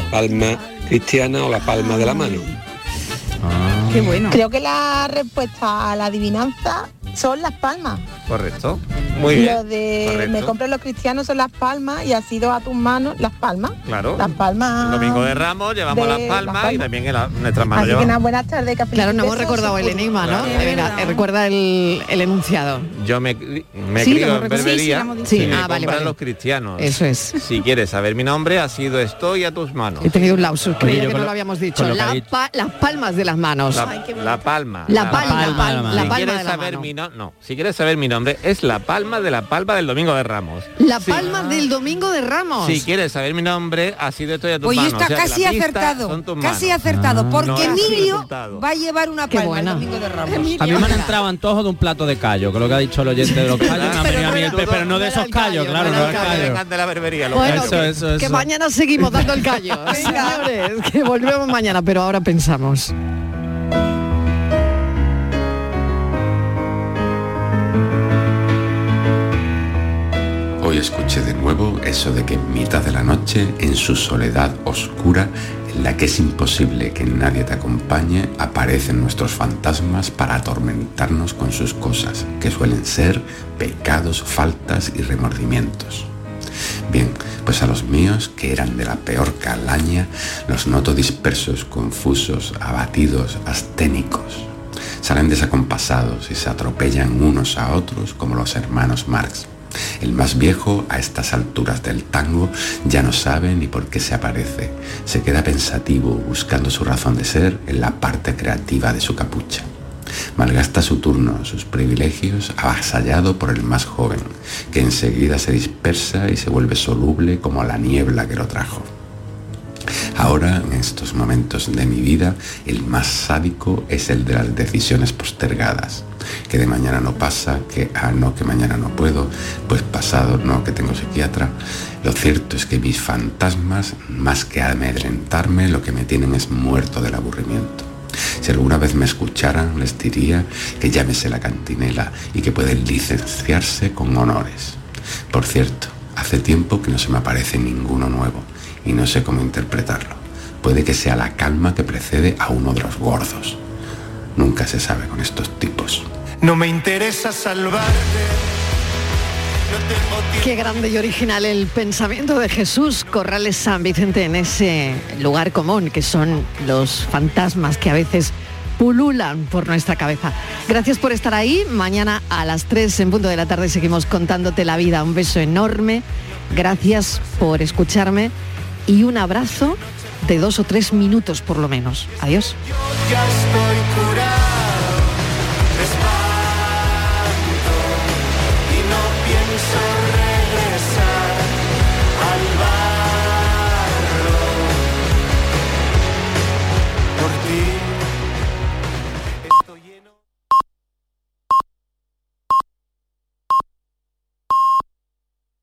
[SPEAKER 25] la palma cristiana o la palma de la mano.
[SPEAKER 2] Qué bueno.
[SPEAKER 34] Creo que la respuesta a la adivinanza son las palmas.
[SPEAKER 33] Correcto. Muy bien.
[SPEAKER 34] Lo de me
[SPEAKER 33] Correcto.
[SPEAKER 34] compran los cristianos son las palmas y ha sido a tus manos las palmas.
[SPEAKER 33] Claro.
[SPEAKER 34] Las palmas.
[SPEAKER 5] Ah.
[SPEAKER 33] El domingo de Ramos llevamos
[SPEAKER 34] de
[SPEAKER 33] las palmas y también en la- nuestras manos
[SPEAKER 34] Así que nada,
[SPEAKER 33] llevamos.
[SPEAKER 34] buenas tardes, Cafelito
[SPEAKER 5] Claro,
[SPEAKER 34] y
[SPEAKER 5] no hemos
[SPEAKER 34] besos,
[SPEAKER 5] recordado el
[SPEAKER 34] seguro.
[SPEAKER 5] enigma, ¿no?
[SPEAKER 33] Claro.
[SPEAKER 5] Venga, eh, recuerda el, el enunciado.
[SPEAKER 33] Yo me, cri- me
[SPEAKER 5] Sí, lo
[SPEAKER 33] crío
[SPEAKER 5] hemos
[SPEAKER 33] en
[SPEAKER 5] recordado. Sí, sí, lo
[SPEAKER 33] berbería
[SPEAKER 5] hemos dicho.
[SPEAKER 33] y
[SPEAKER 5] Sí.
[SPEAKER 33] me
[SPEAKER 5] Ah, vale,
[SPEAKER 33] compran
[SPEAKER 5] vale.
[SPEAKER 33] los cristianos.
[SPEAKER 5] Eso es.
[SPEAKER 33] Si quieres saber mi nombre, ha sido estoy a tus manos.
[SPEAKER 5] He tenido un lapsus, creía
[SPEAKER 33] Oye, yo
[SPEAKER 5] que
[SPEAKER 33] con
[SPEAKER 5] no
[SPEAKER 33] lo-
[SPEAKER 5] lo habíamos
[SPEAKER 33] con
[SPEAKER 5] dicho.
[SPEAKER 33] lo que ha
[SPEAKER 5] La
[SPEAKER 33] dicho.
[SPEAKER 5] pa- las palmas de las manos.
[SPEAKER 33] La, la palma.
[SPEAKER 5] La palma, la palma
[SPEAKER 33] Si
[SPEAKER 5] de
[SPEAKER 33] quieres
[SPEAKER 5] la
[SPEAKER 33] saber
[SPEAKER 5] mano.
[SPEAKER 33] mi no, no, si quieres saber mi nombre, es la palma de la palma del domingo de Ramos.
[SPEAKER 5] La palma del domingo de Ramos.
[SPEAKER 33] Si quieres saber mi nombre, así de estoy a tus
[SPEAKER 5] Pues
[SPEAKER 8] Oye,
[SPEAKER 33] manos.
[SPEAKER 8] está
[SPEAKER 33] O sea, que la
[SPEAKER 8] casi
[SPEAKER 33] pista
[SPEAKER 8] acertado,
[SPEAKER 33] son tus
[SPEAKER 8] casi
[SPEAKER 33] manos.
[SPEAKER 8] acertado,
[SPEAKER 33] Ah.
[SPEAKER 8] porque
[SPEAKER 33] No,
[SPEAKER 8] Emilio
[SPEAKER 33] acertado.
[SPEAKER 8] va a llevar una palma el domingo de Ramos.
[SPEAKER 6] A mí me han entrado antojo de un plato de callo, con lo que ha dicho el oyente de los callos, me han venido a mí el pe- pero no de esos callos, claro, no de callos.
[SPEAKER 33] de la berbería, los
[SPEAKER 5] Bueno,
[SPEAKER 33] callos.
[SPEAKER 5] que, que mañana seguimos dando el callo. Señores, que volvemos mañana, pero ahora pensamos.
[SPEAKER 34] Hoy escuché de nuevo eso de que en mitad de la noche, en su soledad oscura, en la que es imposible que nadie te acompañe, aparecen nuestros fantasmas para atormentarnos con sus cosas, que suelen ser pecados, faltas y remordimientos. Bien, pues a los míos, que eran de la peor calaña, los noto dispersos, confusos, abatidos, asténicos. salen desacompasados y se atropellan unos a otros como los hermanos Marx. El más viejo, a estas alturas del tango, ya no sabe ni por qué se aparece. Se queda pensativo, buscando su razón de ser en la parte creativa de su capucha. Malgasta su turno, sus privilegios, avasallado por el más joven, que enseguida se dispersa y se vuelve soluble como la niebla que lo trajo. Ahora, en estos momentos de mi vida, el más sádico es el de las decisiones postergadas. Que de mañana no pasa, que ah no, que mañana no puedo, pues pasado no, que tengo psiquiatra. Lo cierto es que mis fantasmas, más que amedrentarme, lo que me tienen es muerto del aburrimiento. Si alguna vez me escucharan, les diría que llámese la cantinela y que pueden licenciarse con honores. Por cierto, hace tiempo que no se me aparece ninguno nuevo y no sé cómo interpretarlo. Puede que sea la calma que precede a uno de los gordos. Nunca se sabe con estos tipos.
[SPEAKER 35] No me interesa salvarte.
[SPEAKER 5] Qué grande y original el pensamiento de Jesús Corrales San Vicente en ese lugar común que son los fantasmas que a veces pululan por nuestra cabeza. Gracias por estar ahí. Mañana a las 3 en punto de la tarde seguimos contándote la vida. Un beso enorme. Gracias por escucharme y un abrazo de dos o tres minutos por lo menos. Adiós.
[SPEAKER 35] Ya estoy curado.